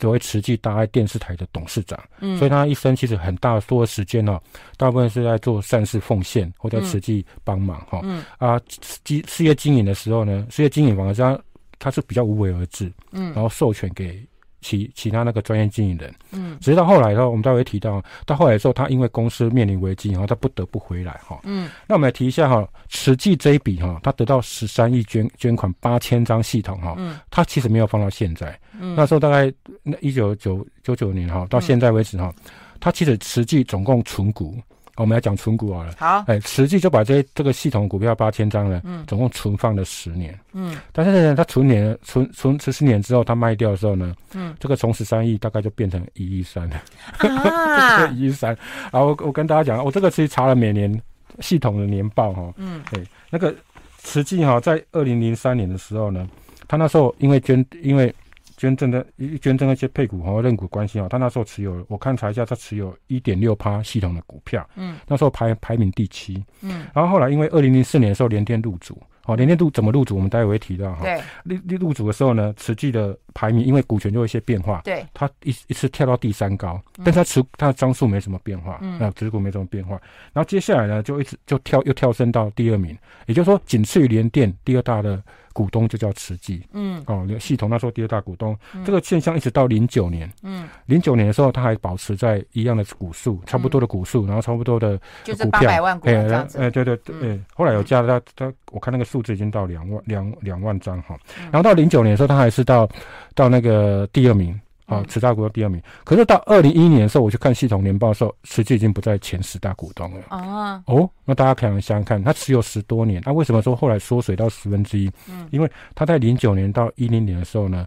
S2: 所谓慈济大爱电视台的董事长，
S1: 嗯
S2: 所以他一生其实很大多的时间哦，大部分是在做善事奉献或在
S1: 嗯
S2: 慈济帮忙哈。
S1: 嗯
S2: 啊，事事业经营的时候呢，事业经营反而是他他是比较无为而治，
S1: 嗯
S2: 然后授权给。其其他那个专业经营人，
S1: 嗯
S2: 直到后来的话，我们待会提到，到后来的时候，他因为公司面临危机，然后他不得不回来哈。
S1: 嗯
S2: 那我们来提一下哈，慈济这一笔哈，他得到十三亿捐捐款八千张系统哈，
S1: 嗯
S2: 他其实没有放到现在，
S1: 嗯，
S2: 那时候大概那一九九九九年哈，到现在为止哈，他其实慈济总共存股，我们来讲存股好了，
S1: 好，
S2: 哎，慈济就把这这个系统股票八千张呢，
S1: 嗯
S2: 总共存放了十年，
S1: 嗯
S2: 但是呢，他存年存存十四年之后，他卖掉的时候呢，
S1: 嗯
S2: 这个从十三亿大概就变成一亿三了。
S1: 啊，
S2: 一三，然后我我跟大家讲，我这个其实查了每年系统的年报哈、哎
S1: 嗯
S2: 那个慈济哈，在二零零三年的时候呢，他那时候因为捐因为捐赠的捐赠那些配股和认股关系哈，他那时候持有，我看查一下，他持有一点六趴系统的股票，
S1: 嗯
S2: 那时候排排名第七，
S1: 嗯，
S2: 然后后来因为二零零四年的时候联电入主。哦，联电入怎么入主？我们待会会提到哈。
S1: 对
S2: 入入入主的时候呢，慈济的排名因为股权就有一些变化，
S1: 对，
S2: 他一一次跳到第三高，但是他持他的张数没什么变化，
S1: 嗯
S2: 那持股没什么变化。然后接下来呢，就一直就跳又跳升到第二名，也就是说，仅次于联电第二大的股东就叫慈济
S1: 嗯
S2: 哦，系统那时候第二大股东。
S1: 嗯
S2: 这个现象一直到零九年，
S1: 嗯，
S2: 零九年的时候，他还保持在一样的股数，差不多的
S1: 嗯
S2: 股数，然后差不多的
S1: 就是
S2: 股
S1: 八
S2: 票
S1: 百万股
S2: 哎
S1: 嘛这样子，
S2: 哎，对对对，
S1: 嗯
S2: 哎后来有加他他，我看那个数字已经到两万两两万张哈
S1: 嗯，
S2: 然后到零九年的时候，他还是到到那个第二名。啊
S1: 嗯，
S2: 十大股东第二名，可是到二零一一年的时候，我去看系统年报的时候，实际已经不在前十大股东了。
S1: 啊，
S2: 哦，那大家可能想想看，他持有十多年，那、为什么说后来缩水到十分之一？
S1: 嗯
S2: 因为他在零九年到一零年的时候呢，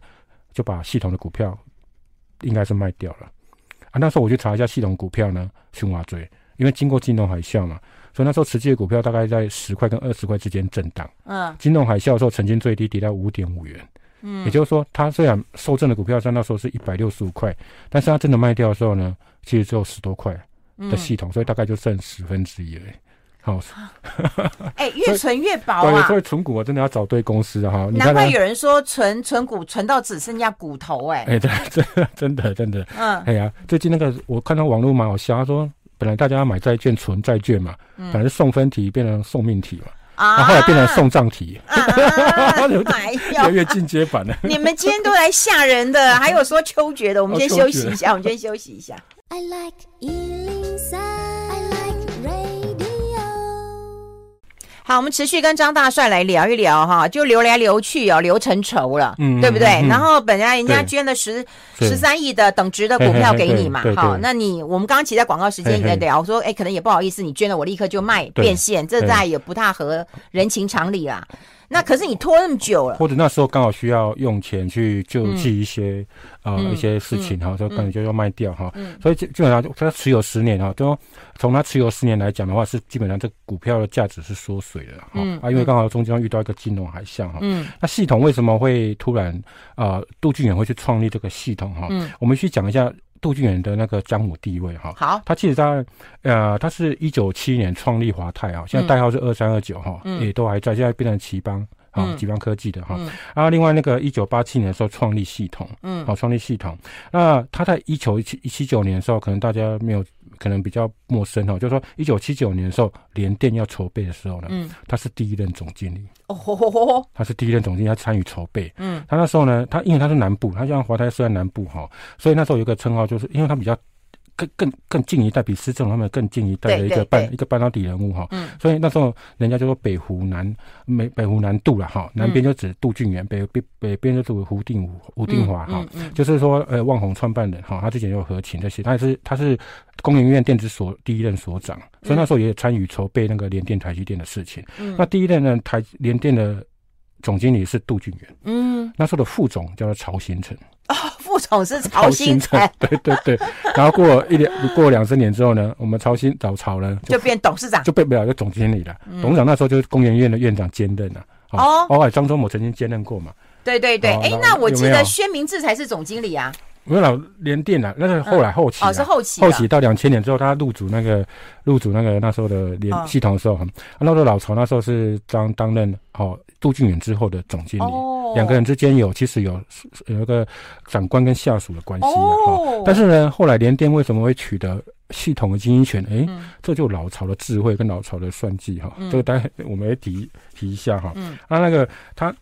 S2: 就把系统的股票应该是卖掉了啊。那时候我去查一下系统股票呢，熊华追，因为经过金融海啸嘛，所以那时候实际的股票大概在十块跟二十块之间震荡。
S1: 嗯
S2: 金融海啸的时候，曾经最低跌到五点五元，
S1: 嗯，
S2: 也就是说，它虽然受赠的股票在那时候是一百六十五块，但是它
S1: 嗯
S2: 真的卖掉的时候呢，其实只有十多块的系统，所以大概就剩十分之一而已。好，
S1: 哎，越存越薄
S2: 对，
S1: 啊
S2: 所！以存股啊，真的要找对公司啊哈。你
S1: 难
S2: 看它
S1: 怪，有人说存存股存到只剩下骨头，哎，
S2: 哎，对，真真的真的，
S1: 嗯
S2: 哎呀，最近那个我看到网络蛮好笑，他说本来大家要买债券存债券嘛，
S1: 嗯
S2: 本来是送分题变成送命题嘛，然
S1: 啊
S2: 后后来变成送账题，
S1: 啊哎
S2: 越来
S1: 呦，
S2: 越进阶版了。
S1: 你们今天都来吓人的，还有说秋决的，我们先
S2: 哦
S1: 休
S2: 秋决
S1: 息一下，我们先休息一下。
S3: I like Ealing Sound. I like radio.
S1: 好，我们持续跟张大帅来聊一聊哈，就流来流去哦，流成仇了，
S2: 嗯
S1: 对不对？
S2: 嗯嗯
S1: 然后本来人家
S2: 对
S1: 捐了十
S2: 对
S1: 十三亿的等值的股票给你嘛
S2: 嘿嘿嘿对，对
S1: 好，
S2: 对
S1: 那你我们刚刚其实在广告时间也在
S2: 嘿嘿
S1: 聊说，哎，可能也不好意思，你捐了我立刻就卖
S2: 对
S1: 变现，这
S2: 对
S1: 在也不太合人情常理啦。那可是你拖那么久了，
S2: 或者那时候刚好需要用钱去救济一些啊、
S1: 嗯
S2: 一些事情哈，所以可能就要卖掉哈、
S1: 嗯
S2: 所以基基本上它持有十年哈，就从它持有十年来讲的话，是基本上这股票的价值是缩水的哈、
S1: 嗯
S2: 啊，因为刚好中间遇到一个金融海啸哈、
S1: 嗯
S2: 那系统为什么会突然啊、呃杜俊远会去创立这个系统哈、
S1: 嗯，
S2: 我们去讲一下杜俊远的那个江湖地位哈、
S1: 好，
S2: 他其实在呃，他是一九七年创立华泰啊，现在代号是二三二九哈，
S1: 嗯
S2: 也都还在，现在变成奇邦啊
S1: 嗯，
S2: 奇邦科技的哈。
S1: 嗯
S2: 然后另外那个一九八七年的时候创立系统，
S1: 嗯
S2: 好、创立系统。那他在一九一七一七九年的时候，可能大家没有，可能比较陌生哦，就是说一九七九年的时候，联电要筹备的时候呢，
S1: 嗯，
S2: 他是第一任总经理，
S1: 哦吼吼吼吼，
S2: 他是第一任总经理，他参与筹备。
S1: 嗯
S2: 他那时候呢，他因为他是南部，他像华泰是在南部哈，所以那时候有一个称号，就是因为他比较更更更近一代，比施正荣他们更近一代的
S1: 对
S2: 一个
S1: 对
S2: 半
S1: 对
S2: 一个半导体人物哈。
S1: 嗯
S2: 所以那时候人家就说北湖南北北湖南杜了哈，南
S1: 嗯
S2: 边就指杜俊元，北北北边就指胡定武胡定华哈。
S1: 嗯嗯
S2: 就是说，呃，万宏创办人哈，他之前也有合情这些，他也是他是工研院电子所第一任所长，所以那时候也参与筹备那个联电、台积电的事情。
S1: 嗯
S2: 那第一任呢，台联电的总经理是杜俊元，
S1: 嗯，
S2: 那时候的副总叫做曹新成，
S1: 副总是曹新 成，，
S2: 对对对。然后过了一两过了两三年之后呢，我们曹新找曹呢就
S1: 就变董事 长，
S2: 就被不了就总经理了，董事长那时候就是工研院的院长兼任了。
S1: 嗯哦
S2: 偶尔张忠谋曾经兼任过嘛，
S1: 对对对，
S2: 哦
S1: 哎
S2: 然后，
S1: 那我记
S2: 有没
S1: 得
S2: 有
S1: 薛明志才是总经理啊，
S2: 没有了联电啊，那是后来后期、啊
S1: 哦，是后期的，
S2: 后期到两千年之后，他入主那个入主那个那时候的联
S1: 嗯
S2: 系统的时候，啊那时候老曹那时候是当担任哦杜俊远之后的总经理，
S1: 哦
S2: 两个人之间有其实有有一个长官跟下属的关系啊。哈
S1: 哦，
S2: 但是呢，后来联电为什么会取得系统的经营权？诶，
S1: 嗯
S2: 这就老曹的智慧跟老曹的算计哈、
S1: 嗯
S2: 这个待会我们也提提一下哈。
S1: 嗯
S2: 啊那、那个他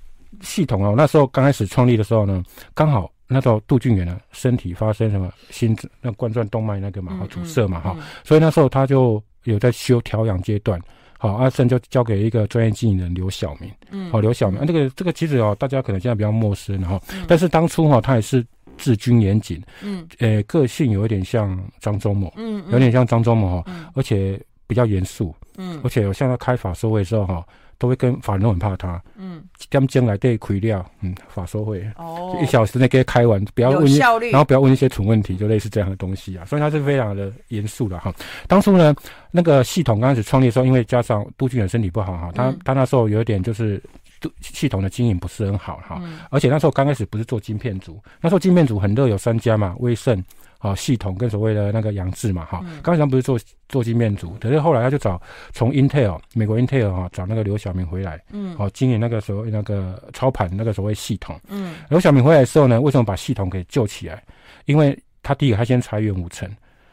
S2: 系统哦，那时候刚开始创立的时候呢，刚好那时候杜俊元呢身体发生什么心那冠状动脉那个嘛
S1: 嗯
S2: 好阻塞嘛哈、
S1: 嗯
S2: 所以那时候他就有在修调养阶段。好，阿、胜就交给一个专业经理人刘晓明。
S1: 嗯
S2: 好，刘晓明，啊这个这个其实哦，大家可能现在比较陌生哈、
S1: 嗯
S2: 但是当初哈、他也是治军严谨，
S1: 嗯
S2: 呃，个性有一点像张忠谋，
S1: 嗯嗯
S2: 有点像张忠谋哈，
S1: 嗯
S2: 而且比较严肃，
S1: 嗯
S2: 而且我像他开法说会的时候哈，都会跟法人都很怕他，
S1: 嗯
S2: 一点钟来对亏料，嗯，法说会
S1: 哦
S2: 一小时内给他开完，不要
S1: 有
S2: 问一，
S1: 效率，
S2: 然后不要问一些蠢问题，就类似这样的东西啊，所以他是非常的严肃的哈。当初呢，那个系统刚开始创立的时候，因为加上杜俊远身体不好哈，他
S1: 嗯
S2: 他那时候有一点就是杜系统的经营不是很好哈，
S1: 嗯
S2: 而且那时候刚开始不是做晶片组，那时候晶片组很热，有三家嘛，威盛。啊、系统跟所谓的那个杨志嘛，哈、
S1: 嗯
S2: 刚才不是做做晶片组，可是后来他就找从 Intel 美国 Intel 哈、找那个刘晓明回来，
S1: 嗯
S2: 哦，经营那个所谓那个操盘那个所谓系统。
S1: 嗯
S2: 刘晓明回来的时候呢，为什么把系统给救起来？因为他第一个他先裁员五成，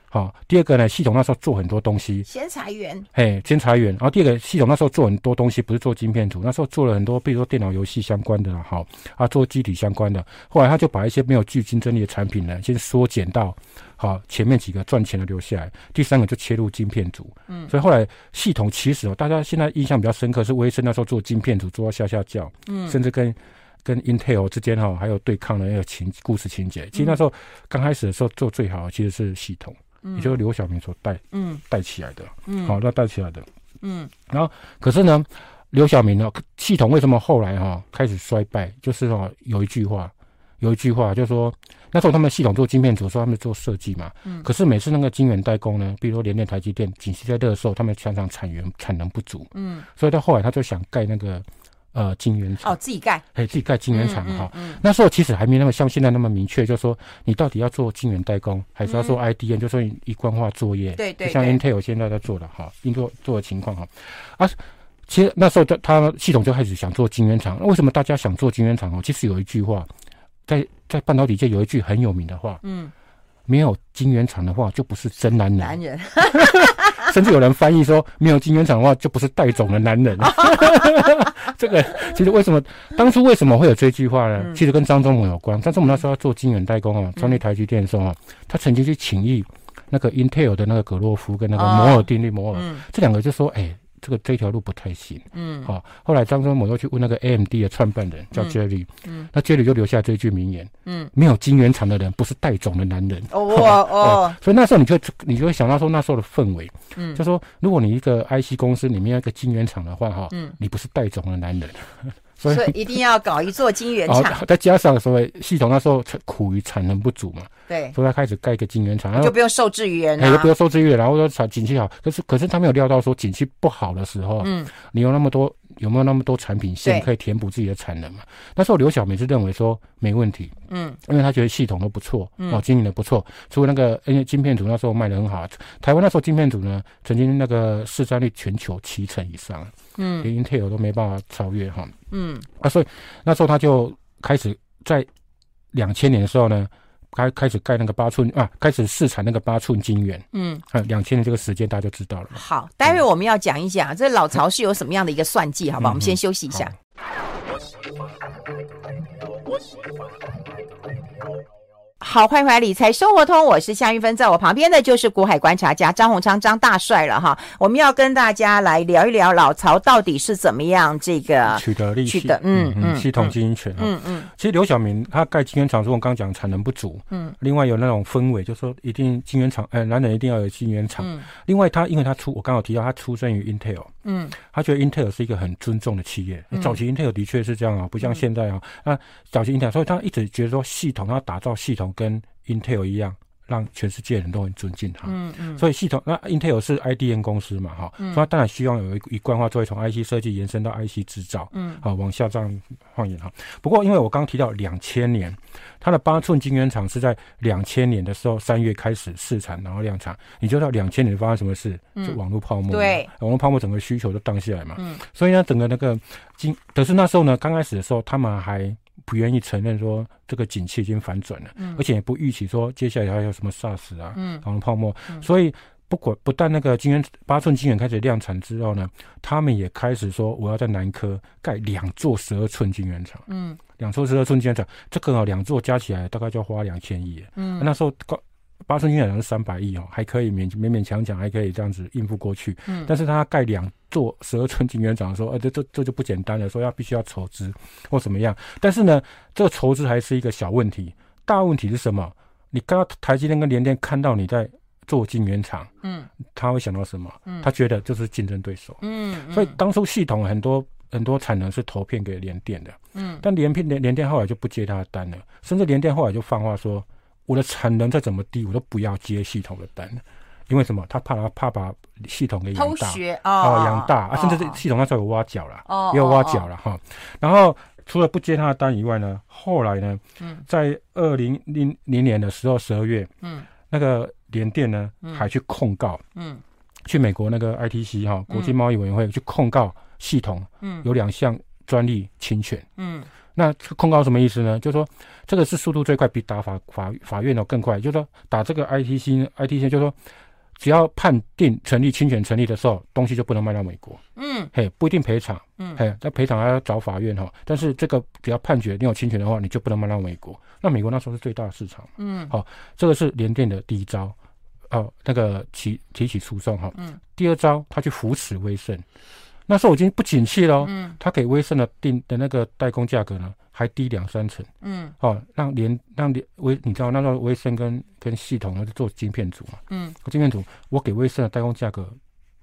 S2: 好、第二个呢，系统那时候做很多东西，
S1: 先裁员，
S2: 嘿，先裁员，然哦后第二个系统那时候做很多东西，不是做晶片组，那时候做了很多，比如说电脑游戏相关的啦，好啊，做机体相关的。后来他就把一些没有具竞争力的产品呢，先缩减到好啊前面几个赚钱的留下来，第三个就切入晶片组。
S1: 嗯
S2: 所以后来系统其实哦，大家现在印象比较深刻是威盛那时候做晶片组做到下下叫，
S1: 嗯
S2: 甚至跟跟 Intel 之间哈、还有对抗的那个情故事情
S1: 嗯
S2: 节。其实那时候刚开始的时候做最好的其实是系统，也就是刘晓明所带
S1: 嗯
S2: 带起来的，
S1: 嗯
S2: 好、那带起来的。
S1: 嗯
S2: 可是呢，刘晓明呢，系统为什么后来哈、开始衰败？就是哦，有一句话，有一句话就是说，那时候他们系统做晶片组，说他们做设计嘛，
S1: 嗯
S2: 可是每次那个晶圆代工呢，比如说联电、台积电，景气在热的时候，他们常常产源产能不足，
S1: 嗯
S2: 所以到后来他就想盖那个。呃晶圆厂
S1: 哦，，自己盖
S2: 哎、自己盖晶圆厂哈。
S1: 嗯
S2: 那时候其实还没那么像现在那么明确，就说你到底要做晶圆代工，还是要做 IDM，、就说你一贯化作业。
S1: 嗯对对
S2: 就像
S1: 对
S2: Intel 现在在做的哈，Intel 做的情况哈。啊，其实那时候他他系统就开始想做晶圆厂。那为什么大家想做晶圆厂哦？其实有一句话，在在半导体界有一句很有名的话，
S1: 嗯，
S2: 没有晶圆厂的话就不是真男人，
S1: 男人
S2: 甚至有人翻译说没有晶圆厂的话就不是带种的男人。 这个其实为什么当初为什么会有这句话呢？
S1: 嗯
S2: 其实跟张忠谋有关。张忠谋那时候要做晶圆代工啊，创立台积电的时候啊，他曾经去请益那个 Intel 的那个葛洛夫跟那个摩尔定律摩尔、
S1: 嗯
S2: 这两个就说，哎、这个这条路不太行。
S1: 嗯
S2: 好、后来张忠谋又去问那个 AMD 的创办人叫
S1: 嗯
S2: Jerry，、
S1: 嗯
S2: 那 Jerry 就留下这句名言：
S1: 嗯，
S2: 没有晶圆厂的人不是带种的男人。
S1: 哦哦，
S2: 所以那时候你就你就会想到说那时候的氛围，
S1: 嗯
S2: 哎就说如果你一个 IC 公司里面要一个晶圆厂的话，哈，
S1: 嗯，
S2: 你不是带种的男人， 所
S1: 所
S2: 以
S1: 以一定要搞一座晶圆
S2: 然
S1: 厂，
S2: 后再加上所谓系统那时候苦于产能不足嘛，
S1: 对，
S2: 所以他开始盖一个晶圆厂，然
S1: 嗯就
S2: 后
S1: 不用受制于人
S2: 哎就
S1: 啊
S2: 不。要受制于人，然后说产景气好，可是可是他没有料到说景气不好的时候，
S1: 嗯
S2: 你有那么多有没有那么多产品线
S1: 对
S2: 可以填补自己的产能嘛？那时候刘晓每次认为说没问题，
S1: 嗯
S2: 因为他觉得系统都不错，
S1: 嗯
S2: 哦，经营的不错。除了那个，因为晶片组那时候卖的很好，台湾那时候晶片组呢，曾经那个市占率全球七成以上，
S1: 嗯
S2: 连 Intel 都没办法超越哈。
S1: 嗯
S2: 啊，所以那时候他就开始在两千年的时候呢，开开始盖那个八寸啊，开始试产那个八寸晶圆。
S1: 嗯，
S2: 啊，两千年这个时间大家就知道了。
S1: 好，待会我们要讲一讲这老曹是有什么样的一个算计，好吧？
S2: 嗯
S1: 我们先休息一下。好，快快理财生活通，我是夏玉芬，在我旁边的就是股海观察家张宏昌张大帅了哈。我们要跟大家来聊一聊老曹到底是怎么样这个，
S2: 取得利
S1: 啊取
S2: 息，
S1: 得嗯嗯
S2: 系
S1: 嗯
S2: 统经营权啊，
S1: 嗯嗯
S2: 其实刘晓明他盖晶圆厂，时候，我刚刚讲产能不足，
S1: 嗯，
S2: 另外有那种氛围，就说一定晶圆厂，呃，男人一定要有晶圆厂。
S1: 嗯
S2: 另外他因为他出，我刚好提到他出生于 Intel，
S1: 嗯
S2: 他觉得 Intel 是一个很尊重的企业。
S1: 嗯
S2: 早期 Intel 的确是这样啊，不像现在啊。那早期 Intel，所以他一直觉得说系统，他打造系统跟 Intel 一样，让全世界人都很尊敬他。
S1: 嗯嗯，
S2: 所以系统那 Intel 是 IDM 公司嘛，哈、
S1: 嗯
S2: 所以它当然希望有一一贯化作为从 IC 设计延伸到 IC 制造，
S1: 嗯
S2: 好、啊往下这样放眼哈。不过因为我刚提到两千年，它的八寸晶圆厂是在两千年的时候三月开始试产，然后量产，你就知道两千年发生什么事，
S1: 嗯
S2: 就网络泡沫，
S1: 对，
S2: 网络泡沫整个需求就荡下来嘛，
S1: 嗯
S2: 所以呢，整个那个经，可是那时候呢，刚开始的时候他们还。不愿意承认说这个景气已经反转了，
S1: 嗯
S2: 而且也不预期说接下来还有什么 SARS 啊，
S1: 嗯
S2: 网络泡沫，
S1: 嗯
S2: 所以不管不但那个晶圆八寸晶圆开始量产之后呢，他们也开始说我要在南科盖两座十二寸晶圆厂，
S1: 嗯
S2: 两座十二寸晶圆厂，这个哦两座加起来大概就要花两千亿耶，
S1: 嗯，
S2: 那时候高。八寸晶圆厂是三百亿哦，还可以勉勉勉强强还可以这样子应付过去。
S1: 嗯
S2: 但是他盖两座十二寸晶圆厂的时候，呃，这这这就不简单了，说要必须要筹资或怎么样。但是呢，这个筹资还是一个小问题，大问题是什么？你刚刚台积电跟联电看到你在做晶圆厂，
S1: 嗯
S2: 他会想到什么？
S1: 嗯
S2: 他觉得就是竞争对手。
S1: 嗯，
S2: 所以当初系统很多很多产能是投片给联电的，
S1: 嗯
S2: 但联片联联电后来就不接他的单了，甚至联电后来就放话说，我的产能再怎么低，我都不要接系统的单，因为什么？他怕他怕把系统给养
S1: 偷
S2: 大。
S1: 学
S2: 哦，
S1: 啊，
S2: 养大，啊，甚至
S1: 哦
S2: 是系统那时候有挖角啦，
S1: 哦
S2: 也有挖角，了哈。然后除了不接他的单以外呢，后来呢，
S1: 嗯
S2: 在二零零零年的时候，十二月，
S1: 嗯
S2: 那个联电呢
S1: 嗯
S2: 还去控告，
S1: 嗯
S2: 去美国那个 ITC 哈国际
S1: 嗯
S2: 贸易委员会去控告系统
S1: 嗯
S2: 有两项专利侵权。
S1: 嗯
S2: 那这个控告什么意思呢？就说这个是速度最快，比打法法法院哦更快。就说打这个 ITC 呢 ITC 就说，只要判定成立侵权成立的时候，东西就不能卖到美国。
S1: 嗯
S2: 嘿，不一定赔偿，
S1: 嗯
S2: 嘿，那赔偿还要找法院哈。但是这个只要判决你有侵权的话，你就不能卖到美国。那美国那时候是最大的市场，
S1: 嗯
S2: 这个是联电的第一招，哦，那个提提起诉讼哈。哦
S1: 嗯。
S2: 第二招，他去扶持威盛，那时候已经不景气了，哦
S1: 嗯
S2: 他给威盛的定的那个代工价格呢，还低两三成。
S1: 嗯
S2: 哦，让联让联威，你知道那时候威盛跟跟系统呢是做晶片组嘛，
S1: 嗯
S2: 晶片组我给威盛的代工价格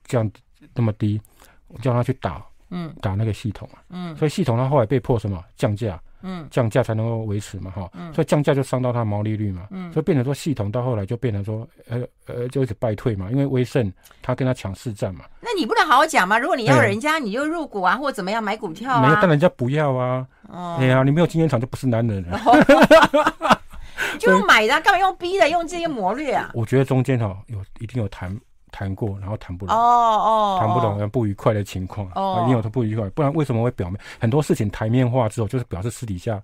S2: 这样那么低，我叫他去打
S1: 嗯
S2: 打那个系统嘛，
S1: 嗯
S2: 所以系统它后来被迫什么降价，
S1: 嗯
S2: 降价才能够维持嘛，哈、
S1: 嗯
S2: 所以降价就伤到它的毛利率嘛，
S1: 嗯
S2: 所以变成说系统到后来就变成说，呃呃，就一直败退嘛，因为威盛他跟他抢市占嘛，
S1: 那你不能好好讲吗？如果你要
S2: 对啊
S1: 人家，你就入股啊，或怎么样买股票
S2: 没有，但
S1: 啊？
S2: 人家不要啊，
S1: 哦
S2: 哎呀、你没有经验场就不是男人啊了。
S1: 就用买的啊，干嘛用逼的？用这些谋略啊？
S2: 我觉得中间哈、有一定有谈谈过，然后谈不
S1: 哦
S2: 拢，
S1: 哦，
S2: 嗯谈不
S1: 哦。
S2: 拢不愉快的情况，
S1: 哦
S2: 啊一定有的不愉快，不然为什么会表面很多事情台面化之后，就是表示私底下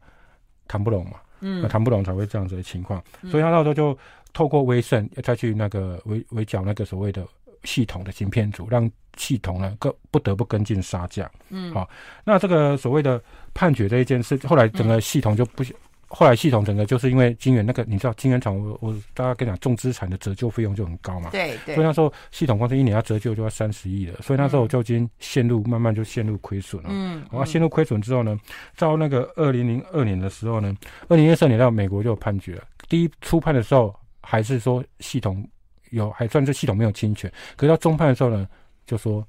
S2: 谈不拢嘛，那
S1: 嗯
S2: 谈不拢才会这样子的情况，所以他到时候就透过微胜再去那个围围剿那个所谓的系统的芯片组，让系统呢更不得不跟进杀价。
S1: 嗯，
S2: 好那这个所谓的判决这一件事，后来整
S1: 嗯
S2: 个系统就不。后来系统整个就是因为金源那个，你知道金源厂，我我大家跟你讲，重资产的折旧费用就很高嘛，
S1: 对对
S2: 所以，那时候系统公司一年要折旧就要三十亿了，所以那时候就已经陷入慢慢就陷入亏损了。
S1: 嗯，
S2: 然后
S1: 嗯
S2: 陷入亏损之后呢，到那个二零零二年的时候呢，二零一四年到美国就有判决了。第一初判的时候还是说系统有还算是系统没有侵权，可是到中判的时候呢，就说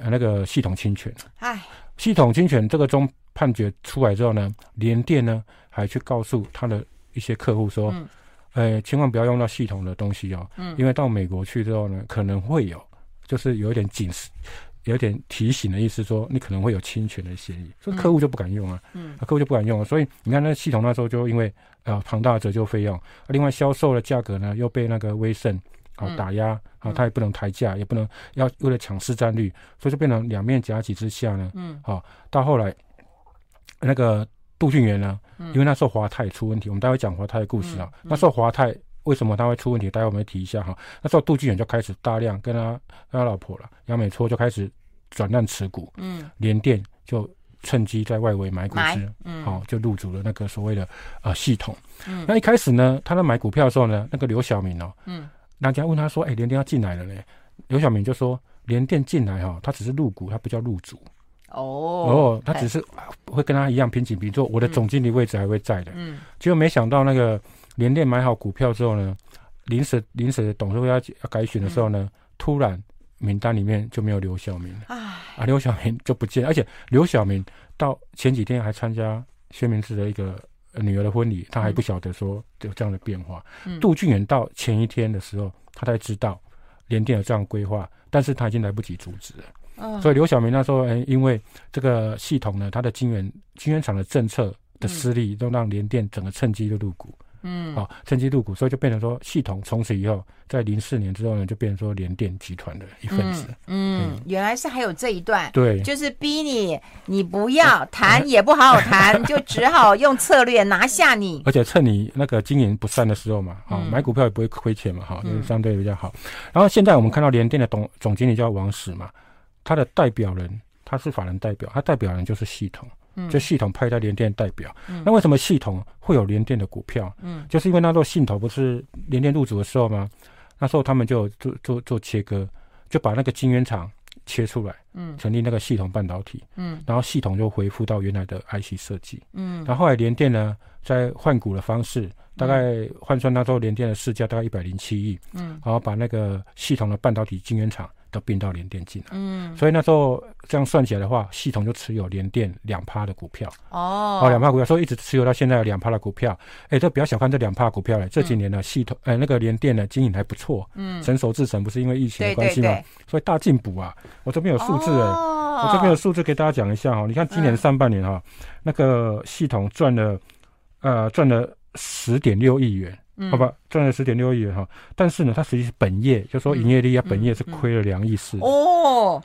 S2: 呃那个系统侵权。
S1: 唉，
S2: 系统侵权这个中判决出来之后呢，联电呢还去告诉他的一些客户说，
S1: 嗯
S2: 呃，千万不要用到系统的东西哦，
S1: 嗯
S2: 因为到美国去之后呢，可能会有，就是有一点警示，有一点提醒的意思说，你可能会有侵权的嫌疑，所以客户就不敢用啊，
S1: 嗯
S2: 啊客户就不敢用、啊，所以你看那系统那时候就因为呃庞大的折旧费用，啊另外销售的价格呢又被那个威盛。啊
S1: 嗯
S2: 打压啊，
S1: 嗯
S2: 他也不能抬价，也不能要为了抢市占率，所以就变成两面夹击之下呢，
S1: 嗯
S2: 到后来，那个杜俊元呢，啊
S1: 嗯
S2: 因为那时候华泰出问题，我们待会讲华泰的故事啊。
S1: 嗯嗯
S2: 那时候华泰为什么他会出问题，待会我们会提一下哈。那时候杜俊元就开始大量跟他跟他老婆了杨美搓就开始转让持股，
S1: 嗯
S2: 联电就趁机在外围买股
S1: 买
S2: 市，
S1: 嗯，
S2: 好、就入主了那个所谓的呃系统。
S1: 嗯
S2: 那一开始呢，他在买股票的时候呢，那个刘晓明哦，
S1: 嗯
S2: 人家问他说：“哎、联电要进来了嘞？”刘晓明就说：“联电进来哈、哦，他只是入股，他不叫入主。”
S1: 哦
S2: 哦，他只
S1: 哎
S2: 是会跟他一样平起平坐，我的
S1: 嗯
S2: 总经理位置还会在的。
S1: 嗯
S2: 结果没想到那个联电买好股票之后呢，临时临时董事会要要改选的时候
S1: 嗯
S2: 呢，突然名单里面就没有刘晓明了
S1: 唉，
S2: 啊，刘晓明就不见了，而且刘晓明到前几天还参加薛明志的一个呃女儿的婚礼，他还不晓得说有这样的变化。
S1: 嗯
S2: 杜俊远到前一天的时候，他才知道联电有这样的规划，但是他已经来不及阻止了。
S1: 嗯
S2: 所以刘晓明那时候，哎，因为这个系统呢，它的晶圆晶圆厂的政策的失利，都让联电整个趁机就入股，
S1: 嗯
S2: 好、趁机入股，所以就变成说，系统从此以后，在零四年之后呢，就变成说联电集团的一份子。
S1: 嗯
S2: 嗯，
S1: 原来是还有这一段。
S2: 对，哎
S1: 就是逼你，你不要谈，也不好好谈，就只好用策略拿下 你。
S2: 而且趁你那个经营不善的时候嘛，啊、
S1: 嗯
S2: 买股票也不会亏钱嘛，哈、就是
S1: 嗯
S2: 相对比较好。然后现在我们看到联电的董总经理叫王石嘛，他的代表人他是法人代表，他代表人就是系统，
S1: 嗯
S2: 就系统派他联电代表。
S1: 嗯
S2: 那为什么系统会有联电的股票？
S1: 嗯
S2: 就是因为那时候信投不是联电入主的时候吗？那时候他们就有做做做切割，就把那个晶圆厂切出来，
S1: 嗯
S2: 成立那个系统半导体，
S1: 嗯
S2: 然后系统就恢复到原来的 IC 设计。
S1: 嗯
S2: 然后后来联电呢，在换股的方式，大概换算那时候联电的市价大概一百零七亿，
S1: 嗯
S2: 然后把那个系统的半导体晶圆厂都并到联电进来。
S1: 嗯，
S2: 所以那时候这样算起来的话，系统就持有联电两趴的股票。
S1: 哦
S2: 哦，两帕股票，所以一直持有到现在有两帕的股票。哎，这不要小看这两帕股票了，这几年呢，系统呃那个联电呢经营还不错，
S1: 嗯，
S2: 成熟制成不是因为疫情的
S1: 对
S2: 关
S1: 对
S2: 系嘛，
S1: 对，
S2: 所以大进步啊。我这边有数字哎、
S1: 哦
S2: 我这边有数字给大家讲一下哈、你看今年
S1: 嗯
S2: 上半年哈、那个系统赚了呃赚了十点六亿元，
S1: 嗯
S2: 好吧，赚了十点六亿元哈、但是呢，它实际是本业，就说营业利啊，
S1: 嗯
S2: 本业是
S1: 嗯
S2: 亏了两亿四，
S1: 哦，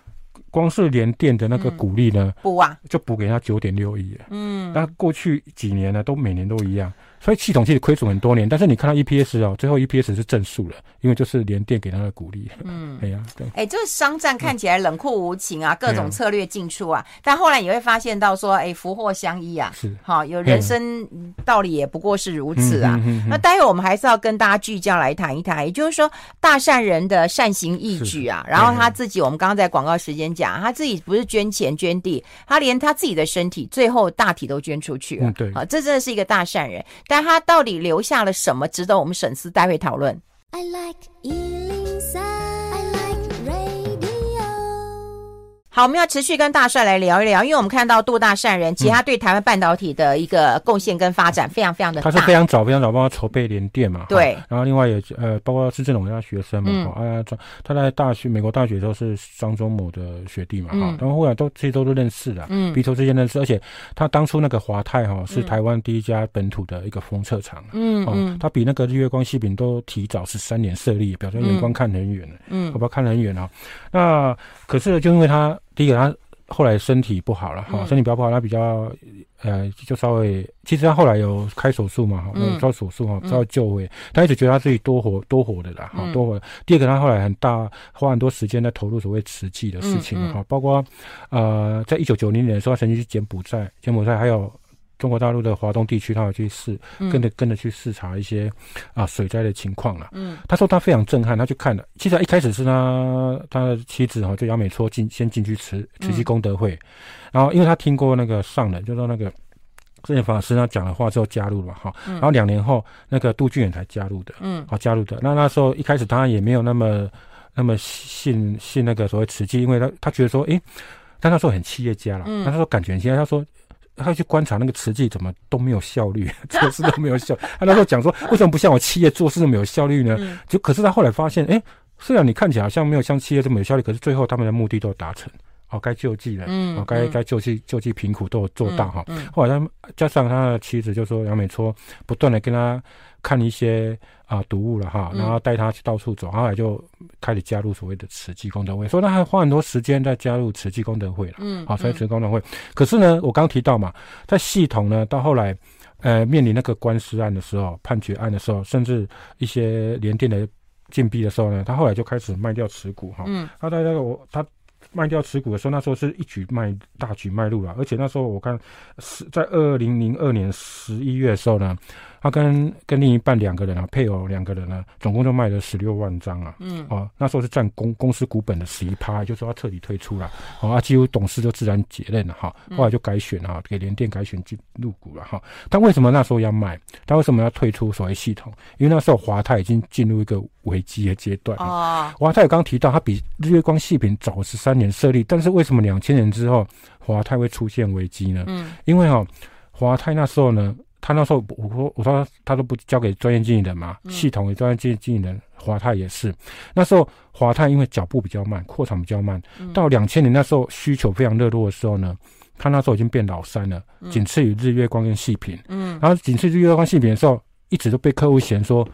S2: 光是联电的那个
S1: 嗯
S2: 股利呢，
S1: 补啊，
S2: 就补给他九点六亿耶。
S1: 嗯，
S2: 那过去几年呢，都每年都一样，所以系统其实亏损很多年。但是你看到 EPS 哦，最后 EPS 是正数了，因为就是联电给他的鼓励。
S1: 嗯
S2: 哎呀，对，
S1: 哎，这个商战看起来冷酷无情啊，各
S2: 对
S1: 种
S2: 啊
S1: 策略进出啊，但后来你会发现到说，哎，福祸相依啊，
S2: 是
S1: 好，有
S2: 对啊
S1: 人生道理也不过是如此啊。
S2: 嗯哼
S1: 那
S2: 哼
S1: 待会我们还是要跟大家聚焦来谈一谈，也就是说大善人的善行义举啊。然后他自己，我们刚刚在广告时间讲，啊他自己不是捐钱捐地，他连他自己的身体最后大体都捐出去了。
S2: 嗯对
S1: 啊，这真的是一个大善人。但他到底留下了什么，值得我们深思？待会讨论。
S3: I like Ealing Sound. I like radio.
S1: 好，我们要持续跟大帅来聊一聊，因为我们看到杜大善人，其实他对台湾半导体的一个贡献跟发展非常非常的
S2: 他
S1: 大。
S2: 是非常早非常早帮他筹备联电嘛，
S1: 对
S2: 哈然后另外也呃包括施正荣他学生嘛，
S1: 嗯
S2: 哈啊张他在大学美国大学的时候是张忠谋的学弟嘛，哈、
S1: 嗯
S2: 然后后来都这些都是认识的，
S1: 嗯
S2: 彼此之间认识，而且他当初那个华泰哈、是
S1: 嗯
S2: 台湾第一家本土的一个封测厂。
S1: 嗯
S2: 哦
S1: 嗯，
S2: 他比那个日月光西饼都提早十三年设立，表示眼光看得很远了，好
S1: 嗯
S2: 吧，看得很远啊。那可是就因为他第一个他后来身体不好了哈、
S1: 嗯
S2: 身体比较不好，他比较呃就稍微，其实他后来有开手术嘛，哈
S1: 嗯
S2: 有做手术哈，
S1: 嗯
S2: 稍微救回，他一直觉得他自己多活多活的啦，哈、
S1: 嗯
S2: 多活。第二个他后来很大花很多时间在投入所谓慈济的事情
S1: 嗯嗯
S2: 哈、包括呃在一九九零年的时候，他曾经去柬埔寨，柬埔寨还有。中国大陆的华东地区，他有去视
S1: 嗯，
S2: 跟着跟着去视察一些啊水灾的情况了。
S1: 嗯
S2: 他说他非常震撼，他去看了。其实一开始是他他的妻子哈、就杨美措进先进去慈慈
S1: 嗯
S2: 济功德会，然后因为他听过那个上人，就说那个智念法师他讲的话之后加入了嘛哈，
S1: 嗯
S2: 然后两年后那个杜俊远才加入的，
S1: 嗯
S2: 哦好、加入的。那那时候一开始他也没有那么那么信信那个所谓慈济，因为他他觉得说，诶，但他那时候很企业家了，
S1: 嗯
S2: 那他说感觉很企业家，他说。他去观察那个慈济怎么都没有效率，做事都没有效。他那时候讲说，为什么不像我企业做事那么有效率呢？
S1: 嗯
S2: 就可是他后来发现，哎、虽然你看起来好像没有像企业这么有效率，可是最后他们的目的都有达成，哦，该救济人，
S1: 嗯
S2: 哦，该
S1: 嗯
S2: 该救济救济贫苦都有做到哈。
S1: 嗯
S2: 后来他们加上他的妻子就说杨美搓不断的跟他看一些啊、读物了哈，
S1: 嗯
S2: 然后带他去到处走，后来就开始加入所谓的慈济功德会，所以他还花很多时间在加入慈济功德会了。啊
S1: 嗯，
S2: 好，所以职工工会。可是呢，我刚提到嘛，在系统呢，到后来，呃，面临那个官司案的时候、判决案的时候，甚至一些联电的禁闭的时候呢，他后来就开始卖掉持股哈。
S1: 嗯
S2: 他在那个我他卖掉持股的时候，那时候是一举卖大举卖入了，而且那时候我看是在二零零二年十一月的时候呢，他跟跟另一半两个人啊，配偶两个人呢，总共就卖了十六万张啊。
S1: 嗯
S2: 哦，那时候是占公公司股本的十一趴，也就是说他彻底退出了，哦，啊，几乎董事就自然解任了哈，后来就改选哈，给联电改选进入股了哈。但为什么那时候要卖？他为什么要退出所谓系统？因为那时候华泰已经进入一个危机的阶段。了。
S1: 哦，
S2: 华泰我刚提到，它比日月光系品早十三年设立，但是为什么两千年之后华泰会出现危机呢？
S1: 嗯
S2: 因为哦，华泰那时候呢，他那时候我说我说他都不交给专业经理人嘛，
S1: 嗯
S2: 系统也专业经经理人，华泰也是。那时候华泰因为脚步比较慢，扩产比较慢，
S1: 嗯
S2: 到两千年那时候需求非常热络的时候呢，他那时候已经变老三了，
S1: 嗯
S2: 仅次于日月光跟细品。
S1: 嗯
S2: 然后仅次于日月光细品的时候，一直都被客户嫌说。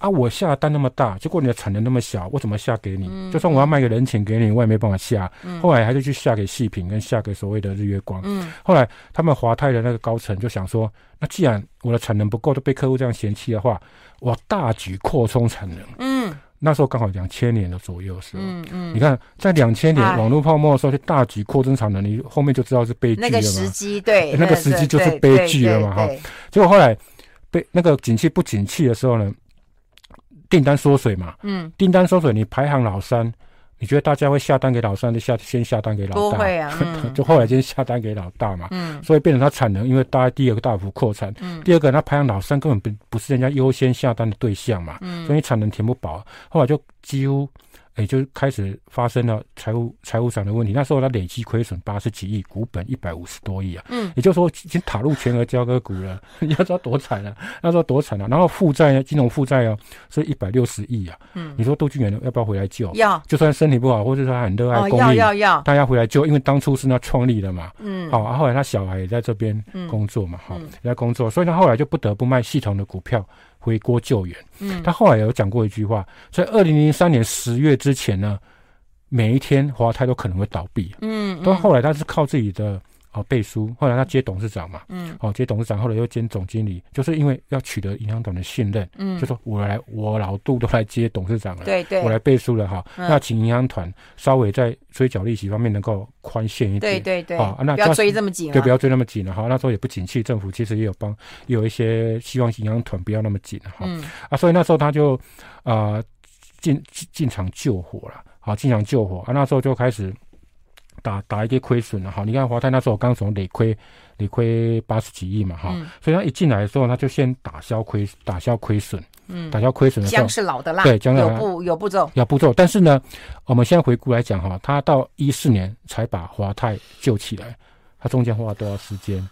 S2: 啊！我下单那么大，结果你的产能那么小，我怎么下给你？
S1: 嗯
S2: 就算我要卖个人情给你，我也没办法下。
S1: 嗯
S2: 后来还是去下给细品，跟下给所谓的日月光。
S1: 嗯
S2: 后来他们华泰的那个高层就想说，那既然我的产能不够，都被客户这样嫌弃的话，我大举扩充产能。
S1: 嗯
S2: 那时候刚好两千年的左右的时候。
S1: 嗯嗯，
S2: 你看，在两千年
S1: 哎
S2: 网络泡沫的时候，就大举扩增产能，你后面就知道是悲剧
S1: 那
S2: 了
S1: 个时
S2: 嘛。
S1: 机，对，
S2: 那个时机就是
S1: 对
S2: 悲剧了嘛哈，
S1: 对对对
S2: 结果后来被那个景气不景气的时候呢，订单缩水嘛，
S1: 嗯，
S2: 订单缩水，你排行老三，你觉得大家会下单给老三，就下先下单给
S1: 不
S2: 老大？
S1: 会 啊，嗯
S2: 就后来先下单给老大嘛，
S1: 嗯
S2: 所以变成它产能，因为大家第一个大幅扩产，
S1: 嗯
S2: 第二个，它排行老三根本不不是人家优先下单的对象嘛，
S1: 嗯，
S2: 所以产能填不饱，后来就几乎，也、就开始发生了财务财务上的问题。那时候它累计亏损八十几亿，股本一百五十多亿啊，
S1: 嗯
S2: 也就是说已经踏入全额交割股了。 你要知道多惨啊，那时候多惨啊！然后负债呢，金融负债啊是一百六十亿啊。
S1: 嗯
S2: 你说杜俊元要不要回来救？
S1: 要
S2: 就算身体不好，或者说他很热爱
S1: 哦
S2: 公
S1: 要
S2: 益，
S1: 要要，
S2: 他要回来救，因为当初是他创立的嘛。
S1: 嗯
S2: 好、啊，后来他小孩也在这边
S1: 嗯
S2: 工作嘛，哈、哦
S1: 嗯
S2: 也在工作，所以他后来就不得不卖系统的股票回国救援。
S1: 嗯
S2: 他后来有讲过一句话，在二零零三年十月之前呢，每一天华泰都可能会倒闭。
S1: 嗯
S2: 到
S1: 嗯
S2: 后来他是靠自己的哦背书，后来他接董事长嘛，
S1: 嗯
S2: 哦接董事长，后来又兼总经理，就是因为要取得银行董的信任，
S1: 嗯
S2: 就说我来，我老杜都来接董事长了。
S1: 对对
S2: 我来背书了哈，
S1: 嗯
S2: 那请银行团稍微在追缴利息方面能够宽限一点，
S1: 对对对，
S2: 好啊那
S1: 不要
S2: 这
S1: 追这么紧
S2: 对，
S1: 了
S2: 不，要追那么紧了哈。那时候也不景气，政府其实也有帮，也有一些希望银行团不要那么紧了哈。
S1: 嗯
S2: 啊，所以那时候他就啊、呃进进进场救火了，好，进场救火啊，那时候就开始打打一些亏损了哈。你看华泰那时候刚从累亏累亏八十几亿嘛哈，
S1: 嗯
S2: 所以他一进来的时候他就先打消亏打消亏损，
S1: 嗯
S2: 打，消亏损的时候
S1: 姜，是老的辣，
S2: 对姜是
S1: 有
S2: 老的辣
S1: 步有步骤，
S2: 要步骤。但是呢，我们现在回顾来讲哈，他到一四年才把华泰救起来，他中间花了多少时间？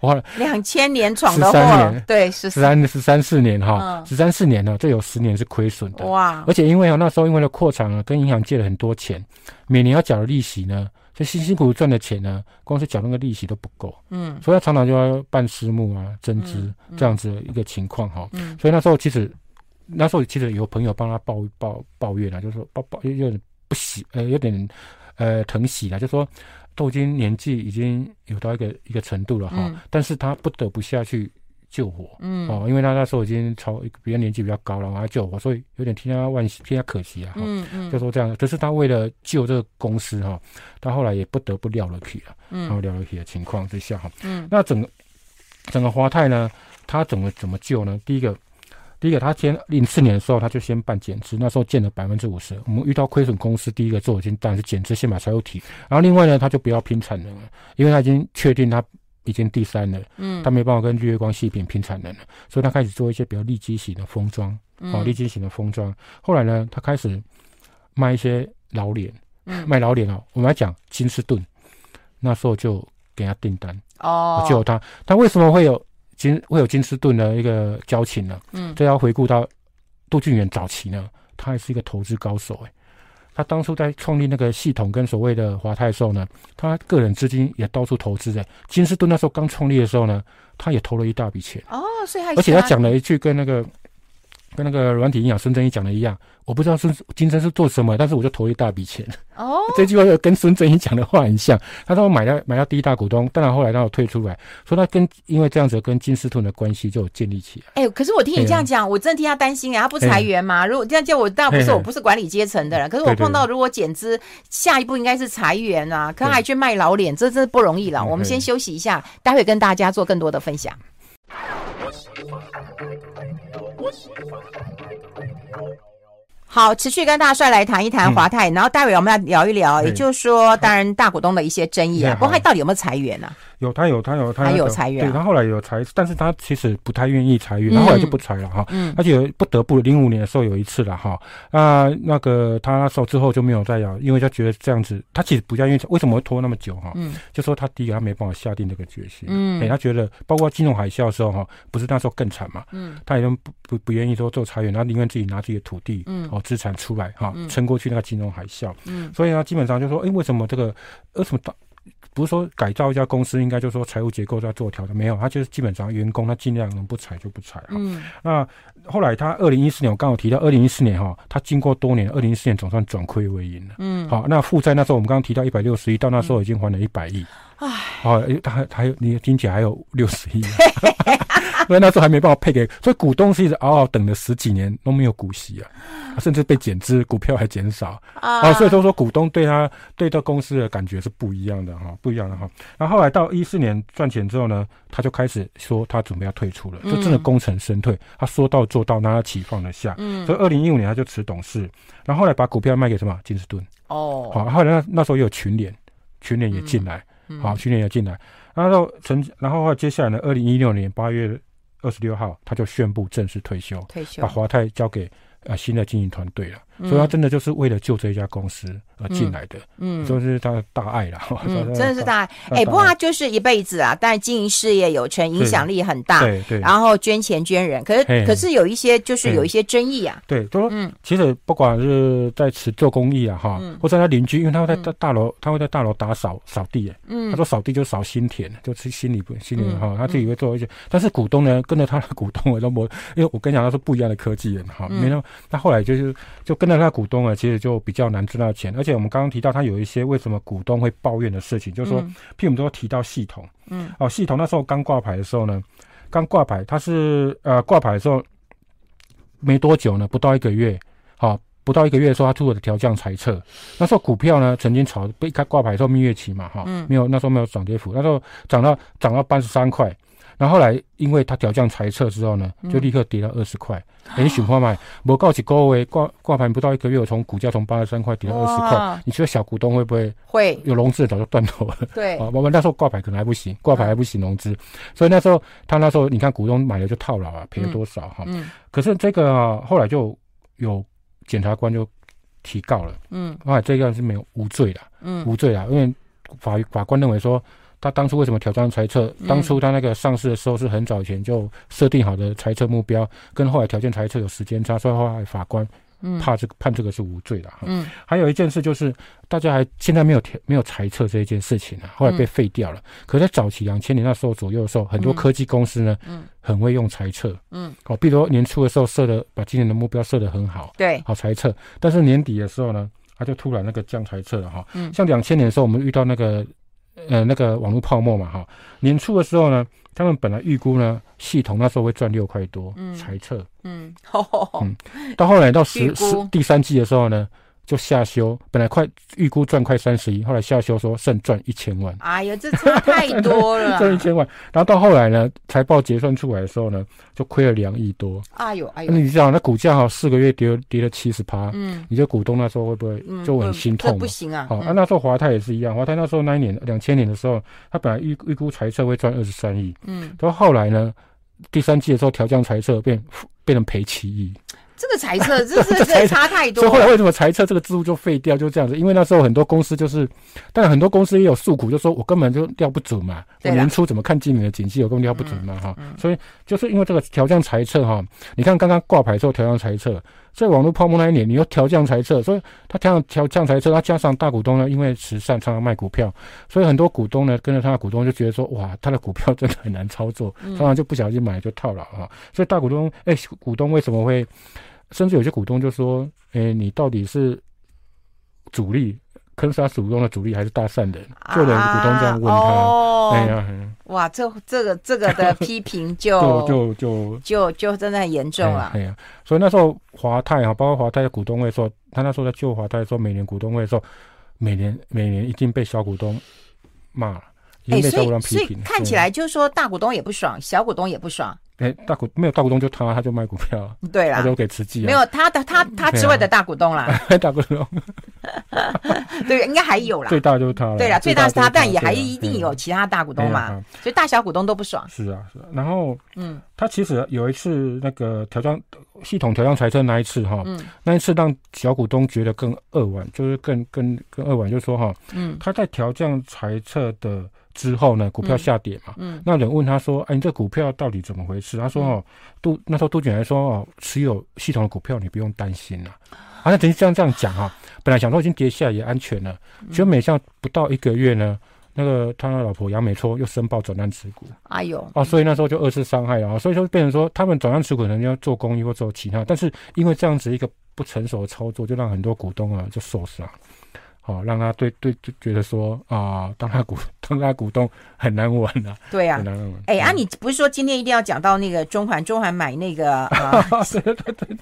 S2: 花了
S1: 两千年闯的
S2: 13
S1: 祸
S2: 年，
S1: 对，十
S2: 十三十三四年哈
S1: 嗯，
S2: 十三四年呢，这有十年是亏损的。
S1: 哇，
S2: 而且因为啊，那时候因为了扩厂啊，跟银行借了很多钱，每年要缴的利息呢，这辛辛苦苦赚的钱呢，光是缴那个利息都不够，
S1: 嗯
S2: 所以他常常就要办私募啊、增资、
S1: 嗯嗯
S2: 这样子的一个情况哈、
S1: 嗯
S2: 所以那时候其实，那时候其实有朋友帮他抱抱抱怨了、啊就是说抱抱有有点不喜，呃，有点呃疼惜了，就说都已经年纪已经有到一个一个程度了哈、
S1: 嗯
S2: 但是他不得不下去救火。
S1: 嗯
S2: 哦，因为他那时候已经超别人年纪比较高了，然后救我，所以有点替他惋惜，替他可惜啊。哦
S1: 嗯嗯，
S2: 就说这样，可是他为了救这个公司哈、他后来也不得不撂了去了，然后
S1: 嗯
S2: 撂了去的情况之下哈、
S1: 嗯
S2: 那整个整个华泰呢，他怎么怎么救呢？第一个，第一个，他先零四年的时候，他就先办减资，那时候减了百分之五十。我们遇到亏损公司，第一个做已经当然是减资，先把财务提。然后另外呢，他就不要拼产能了，因为他已经确定他已经第三了。
S1: 嗯，
S2: 他没办法跟日月光细品拼产能了，所以他开始做一些比较利基型的封装，
S1: 嗯
S2: 啊、利基型的封装。后来呢，他开始卖一些老脸，
S1: 嗯
S2: 卖老脸哦。我们来讲金士顿，那时候就给他订单，
S1: 哦
S2: 我，救他。他为什么会有金会有金士顿的一个交情呢？
S1: 嗯
S2: 这要回顾到杜俊远早期呢，他还是一个投资高手诶、他当初在创立那个系统跟所谓的华泰的时候呢，他个人资金也到处投资的。欸金士顿那时候刚创立的时候呢，他也投了一大笔钱，
S1: 哦，所以还
S2: 而且
S1: 是
S2: 他讲了一句跟那个跟那个软体营养孙正义讲的一样，我不知道孙金生是做什么，但是我就投了一大笔钱。
S1: 哦，
S2: 这句话又跟孙正义讲的话很像。他说买到买到第一大股东，当然后来他有退出来，所以他跟因为这样子跟金士顿的关系就有建立起来。
S1: 哎、可是我听你这样讲，我真的替他担心啊，他不裁员吗？如果这样叫我，当然不是，
S2: 嘿嘿
S1: 我不是管理阶层的人，可是我
S2: 对对
S1: 碰到如果减资，下一步应该是裁员啊，可他
S2: 对
S1: 还去卖老脸，这真的不容易了。
S2: 嗯
S1: 我们
S2: 对
S1: 先休息一下，待会跟大家做更多的分享。好，持续跟大帅来谈一谈华泰，然后待会我们来聊一聊，
S2: 嗯
S1: 也就是说，当然大股东的一些争议啊，
S2: 嗯
S1: 不过
S2: 好
S1: 他到底有没有裁员啊？
S2: 有，他有，他有，他
S1: 他有
S2: 那个
S1: 裁员啊
S2: 对他后来有裁，但是他其实不太愿意裁
S1: 嗯
S2: 员，他后来就不裁了哈。
S1: 嗯
S2: 而且不得不，零五年的时候有一次了哈，那那个他那时候之后就没有再要，因为他觉得这样子，他其实不太愿意裁，为什么会拖那么久哈？
S1: 嗯
S2: 就说他第一个他没办法下定这个决心，
S1: 嗯
S2: 哎、他觉得包括金融海啸的时候哈，不是那时候更惨嘛，
S1: 嗯
S2: 他也都不不不愿意说做裁员，他宁愿自己拿自己的土地
S1: 嗯
S2: 哦资产出来哈
S1: 嗯，
S2: 撑过去那个金融海啸。
S1: 嗯
S2: 所以呢，基本上就说，哎、为什么这个为什么大不是说改造一家公司，应该就说财务结构在做调整，没有，他就是基本上员工他尽量能不裁就不裁哈。
S1: 嗯
S2: 那后来他二零一四年，我刚好提到二零一四年哈，他经过多年，二零一四年总算转亏为盈了。
S1: 嗯，
S2: 好，那负债那时候我们刚刚提到一百六十亿，到那时候已经还了一百亿。
S1: 唉，
S2: 好，诶他还还有你听起来还有六十亿 啊，所以那时候还没办法配给，所以股东是一直嗷嗷等了十几年都没有股息啊，甚至被减资，股票还减少。
S1: 啊
S2: 哦，所以说说股东对他对这公司的感觉是不一样的哈、不一样的哈、那后来到一四年赚钱之后呢，他就开始说他准备要退出了，就真的
S1: 嗯
S2: 功成身退，他说到做到，拿得起放得下。
S1: 嗯
S2: 所以二零一五年他就辞董事，然后后来把股票卖给什么金士顿，
S1: 哦
S2: 好、后来那那时候也有群联，群联也进来，
S1: 嗯
S2: 好、群联也进来，然后成，然后后来接下来呢，二零一六年八月二十六号他就宣布正式退休，
S1: 退休
S2: 把华泰交给呃新的经营团队了。
S1: 嗯
S2: 所以他真的就是为了救这一家公司而进来的，
S1: 嗯
S2: 就是 他的大爱啦，
S1: 嗯，真的是大爱。哎、
S2: 大
S1: 不过他就是一辈子啊，但经营事业有成，影响力很大，
S2: 对对
S1: 然后捐钱捐人。可是
S2: 嘿
S1: 可是有一些就是
S2: 嘿
S1: 有一些争议啊。
S2: 对，就说
S1: 嗯
S2: 其实不管是在持做公益啊哈
S1: 嗯，
S2: 或者他邻居，因为他会在
S1: 嗯
S2: 大大楼，他会在大楼打扫扫地，哎他
S1: 嗯
S2: 说扫地就扫心田，就是心里不心里
S1: 嗯
S2: 哈，他自己会做一些，但是股东呢跟着他的股东，我 都没，因为我跟你讲他是不一样的科技人哈，
S1: 嗯
S2: 没那么那后来就是就跟着他的股东啊，其实就比较难赚到钱，而且我们刚刚提到他有一些为什么股东会抱怨的事情，就是说
S1: 嗯
S2: 譬如我们都提到系统，
S1: 嗯，
S2: 哦，系统那时候刚挂牌的时候呢，刚挂牌，它是呃挂牌的时候没多久呢，不到一个月，好、不到一个月的时候，它出了调降裁撤。那时候股票呢，曾经炒被它挂牌的时候蜜月期嘛，哈、
S1: 嗯
S2: 没有那时候没有涨跌幅，那时候涨到涨到八十三块，然后后来因为它调降裁测之后呢，
S1: 嗯
S2: 就立刻跌到二十块。
S1: 啊
S2: 哎、你想看买，我告几个月挂挂盘不到一个月，我从股价从八十三块跌到二十
S1: 哇
S2: 块，你觉得小股东会不会
S1: 会
S2: 有融资的早就断头了？
S1: 对
S2: 啊，我们那时候挂牌可能还不
S1: 嗯
S2: 行，挂牌还不行融资，所以那时候他那时候你看股东买了就套牢啊，赔了多少哈、
S1: 嗯
S2: 可是这个、啊、后来就有检察官就提告了，
S1: 嗯
S2: 后来这个是没有无罪的，
S1: 嗯
S2: 无罪啊，因为法法官认为说。他当初为什么挑战猜测？
S1: 嗯
S2: 当初他那个上市的时候是很早以前就设定好的猜测目标，跟后来条件猜测有时间差，所以后来法官
S1: 嗯
S2: 怕这个判这个是无罪的哈。
S1: 嗯
S2: 还有一件事就是，大家还现在没有调没有裁撤这一件事
S1: 嗯
S2: 情啊，后来被废掉了。可是在早期两千年那时候左右的时候，很多
S1: 嗯
S2: 科技公司呢，
S1: 嗯
S2: 很会用裁撤，
S1: 嗯，
S2: 哦，比如说年初的时候设的，把今年的目标设得很好，
S1: 对，
S2: 好裁撤，但是年底的时候呢，它就突然那个降裁撤了哈。
S1: 嗯
S2: 像两千年的时候，我们遇到那个呃那个网络泡沫嘛哈，年初的时候呢，他们本来预估呢系统那时候会赚六块多，
S1: 嗯
S2: 裁撤，
S1: 嗯， 吼吼吼
S2: 嗯到后来到
S1: 预
S2: 十
S1: 估
S2: 十第三季的时候呢，就下修，本来快预估赚快三十亿，后来下修说剩赚一千万，
S1: 哎呀，这差太多 了
S2: 赚一
S1: 啦，
S2: 千万。然后到后来呢，财报结算出来的时候呢，就亏了两亿多。
S1: 哎呦哎
S2: 那
S1: 呦，
S2: 你知道那股价哈、四个月跌了跌了七十趴，
S1: 嗯
S2: 你这股东那时候会不会
S1: 嗯，
S2: 就
S1: 不
S2: 很心
S1: 这
S2: 痛
S1: 不
S2: 嘛？
S1: 行啊，
S2: 好、啊，
S1: 嗯
S2: 那时候华泰也是一样，华泰那时候那一年两千年的时候，他本来预预估财测会赚二十三亿，
S1: 嗯，
S2: 到后来呢，第三季的时候调降财测变变成赔七亿，
S1: 这个猜测这是
S2: 这
S1: 这
S2: 猜测
S1: 差太多
S2: 所以后来
S1: 了，
S2: 为什么裁撤这个制度就废掉，就这样子？因为那时候很多公司就是，但很多公司也有诉苦，就说我根本就料不准嘛，
S1: 对
S2: 我
S1: 啦
S2: 年初怎么看今年的景气，我根本料不准嘛，哈、
S1: 嗯
S2: 所以就是因为这个调降裁撤哈，你看刚刚挂牌之后调降裁撤，在网络泡沫那一年，你又调降裁撤，所以他调调降裁撤，他加上大股东呢，因为慈善常常卖股票，所以很多股东呢跟着他的股东就觉得说，哇，他的股票真的很难操作，
S1: 嗯
S2: 常常就不小心买就套牢哈、所以大股东，哎、股东为什么会？甚至有些股东就说：“哎、你到底是主力坑杀股东的主力，还是大善人？”就有人股东这样问
S1: 啊
S2: 他。
S1: 哦
S2: 哎呀，嗯
S1: 哇，这这个这个 的批评就
S2: 就就就
S1: 就就真的很严重了
S2: 哎，呀，所以那时候华泰啊，包括华泰的股东会的时候，他那时候在救华泰的时候，每年股东会的时候，每年每年一定被小股东骂了，一定被
S1: 所
S2: 小股
S1: 以
S2: 东
S1: 哎所
S2: 批
S1: 以
S2: 评。嗯
S1: 看起来就是说大股东也不爽，小股东也不爽，
S2: 对，哎、大股没有大股东就他，他就卖股票，
S1: 对
S2: 他
S1: 啦
S2: 就。啊给慈济啊，
S1: 啊没有他的他他之外的大股东 啦，
S2: 有大股东
S1: 对，应该还有啦。
S2: 最大就是他了，
S1: 对啦，最大是
S2: 就
S1: 他，但也还
S2: 对啊
S1: 一定
S2: 对啊
S1: 有其他大股东
S2: 哎
S1: 嘛
S2: 呀，
S1: 所以大小股东都不爽。
S2: 是啊，是啊。然后
S1: 嗯
S2: 他其实有一次那个调降系统调降财政那一次哈，
S1: 嗯
S2: 那一次让小股东觉得更扼腕，就是更更更扼腕，就是说哈，
S1: 嗯
S2: 他在调降财测的之后呢，股票
S1: 嗯
S2: 下跌嘛。
S1: 嗯
S2: 那人问他说：“哎，你这股票到底怎么回事？”他说：“哦，杜那时候杜卷还说哦，持有系统的股票你不用担心啦、啊。”那等于这样这样讲哈、啊本来想说已经跌下来也安全了，结果每项不到一个月呢，那个他老婆杨美秋又申报转让持股，
S1: 哎呦，
S2: 哦，所以那时候就二次伤害了啊，所以说变成说他们转让持股可能要做公益或做其他，但是因为这样子一个不成熟的操作，就让很多股东啊就受伤，好、让他对对就觉得说啊、当他股当他股东很难玩啊，嗯
S1: 对呀
S2: 很，难玩。
S1: 哎啊，你不是说今天一定要讲到那个中环，中环买那个啊，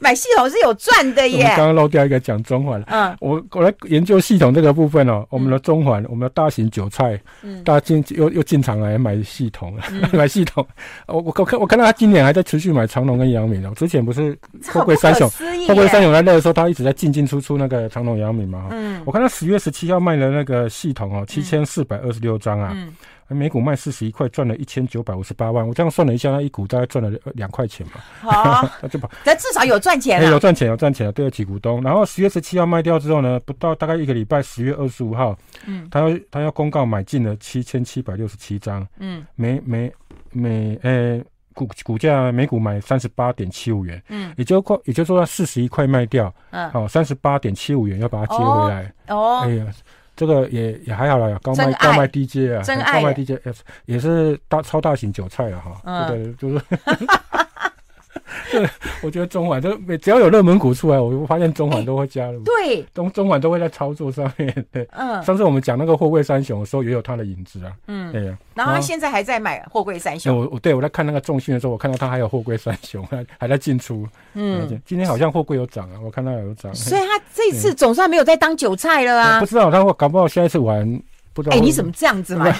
S1: 买系统是有赚的
S2: 嗯我们
S1: 耶
S2: 刚，刚漏掉一个讲中环了。
S1: 嗯
S2: 我我来研究系统这个部分哦，我们的中环，我们的大型韭菜，
S1: 嗯
S2: 大家进又又进场来买系统了， 买系统。我我我看我看到他今年还在持续买长隆跟阳明哦，之前不是
S1: 这
S2: 富
S1: 很
S2: 贵
S1: 不
S2: 三雄
S1: 可，思议
S2: 富贵三
S1: 耶，
S2: 雄在那的时候，他一直在进进出出那个长隆、阳明嘛。哈
S1: 嗯
S2: 我看他十月十七号卖的那个系统哦，七千四百二十六张啊，
S1: 嗯。
S2: 每股卖四十一块，赚了一千九百五十八万。我这样算了一下，那一股大概赚了两块钱嘛，
S1: 好，
S2: 那就把
S1: 但至少有赚钱啊
S2: 哎有
S1: 了。
S2: 赚钱有赚钱了，对得起股东。然后十月十七号卖掉之后呢，不到大概一个礼拜，十月二十五号，
S1: 嗯
S2: 他要他要公告买进了七千七百六十七张，
S1: 嗯
S2: 每每每呃股股价每股买三十八点七五元，
S1: 嗯
S2: 也就快也就是说四十一块卖掉。
S1: 嗯，
S2: 好，三十八点七五元要把它接回来。哎
S1: 哦，
S2: 呀，这个也也还好啦，高
S1: 真
S2: 卖
S1: 爱
S2: 高卖 DJ 啊，
S1: 真爱
S2: 高卖
S1: 耶
S2: DJ 也是也是大超大型韭菜了啊哈。
S1: 嗯
S2: 对，就是。 对，我觉得中环就每只要有热门股出来，我就发现中环都会加入，
S1: 对，
S2: 中中环都会在操作上面。对，
S1: 嗯
S2: 上次我们讲那个货柜三雄的时候，也有它的影子啊。
S1: 嗯，
S2: 哎呀，
S1: 然后他现在还在买货柜三
S2: 哎
S1: 雄，
S2: 我我对我在看那个重讯的时候，我看到它还有货柜三雄，还还在进出。
S1: 嗯，，
S2: 今天好像货柜有涨啊，我看到有涨。
S1: 所以他
S2: 哎
S1: 这次总算没有再当韭菜了
S2: 我
S1: 啊
S2: 不。知道他会搞不好下一次玩不知道
S1: 哎，
S2: 会。
S1: 你怎么这样子嘛？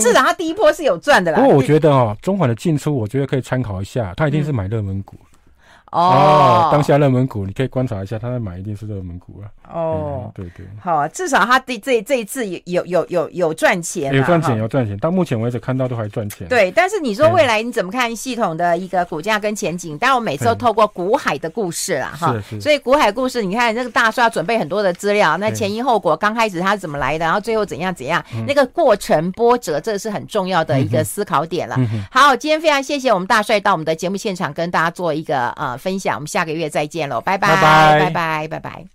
S1: 至少它第一波是有赚的啦。
S2: 不过我觉得哦，中环的进出，我觉得可以参考一下，它一定是买热门股
S1: 嗯哦，
S2: 当下热门股，你可以观察一下，它在买一定是热门股啊。
S1: 哦
S2: 嗯，对对，
S1: 好，至少他这这这一次有有有有有赚钱啦，
S2: 有赚钱
S1: 哈。
S2: 有赚钱，到目前为止看到都还赚钱。
S1: 对，但是你说
S2: 嗯
S1: 未来你怎么看系统的一个股价跟前景？当然，我每次都
S2: 嗯
S1: 透过股海的故事啦，哈
S2: 是，是
S1: 所以股海故事，你看那个大叔要准备很多的资料，那
S2: 对嗯
S1: 前因后果，刚开始他是怎么来的，然后最后怎样怎样，那个过程波折，这是很重要的一个思考点了。
S2: 嗯哼，
S1: 好，今天非常谢谢我们大帅到我们的节目现场跟大家做一个呃分享，我们下个月再见喽，拜拜
S2: 拜拜
S1: 拜拜拜拜。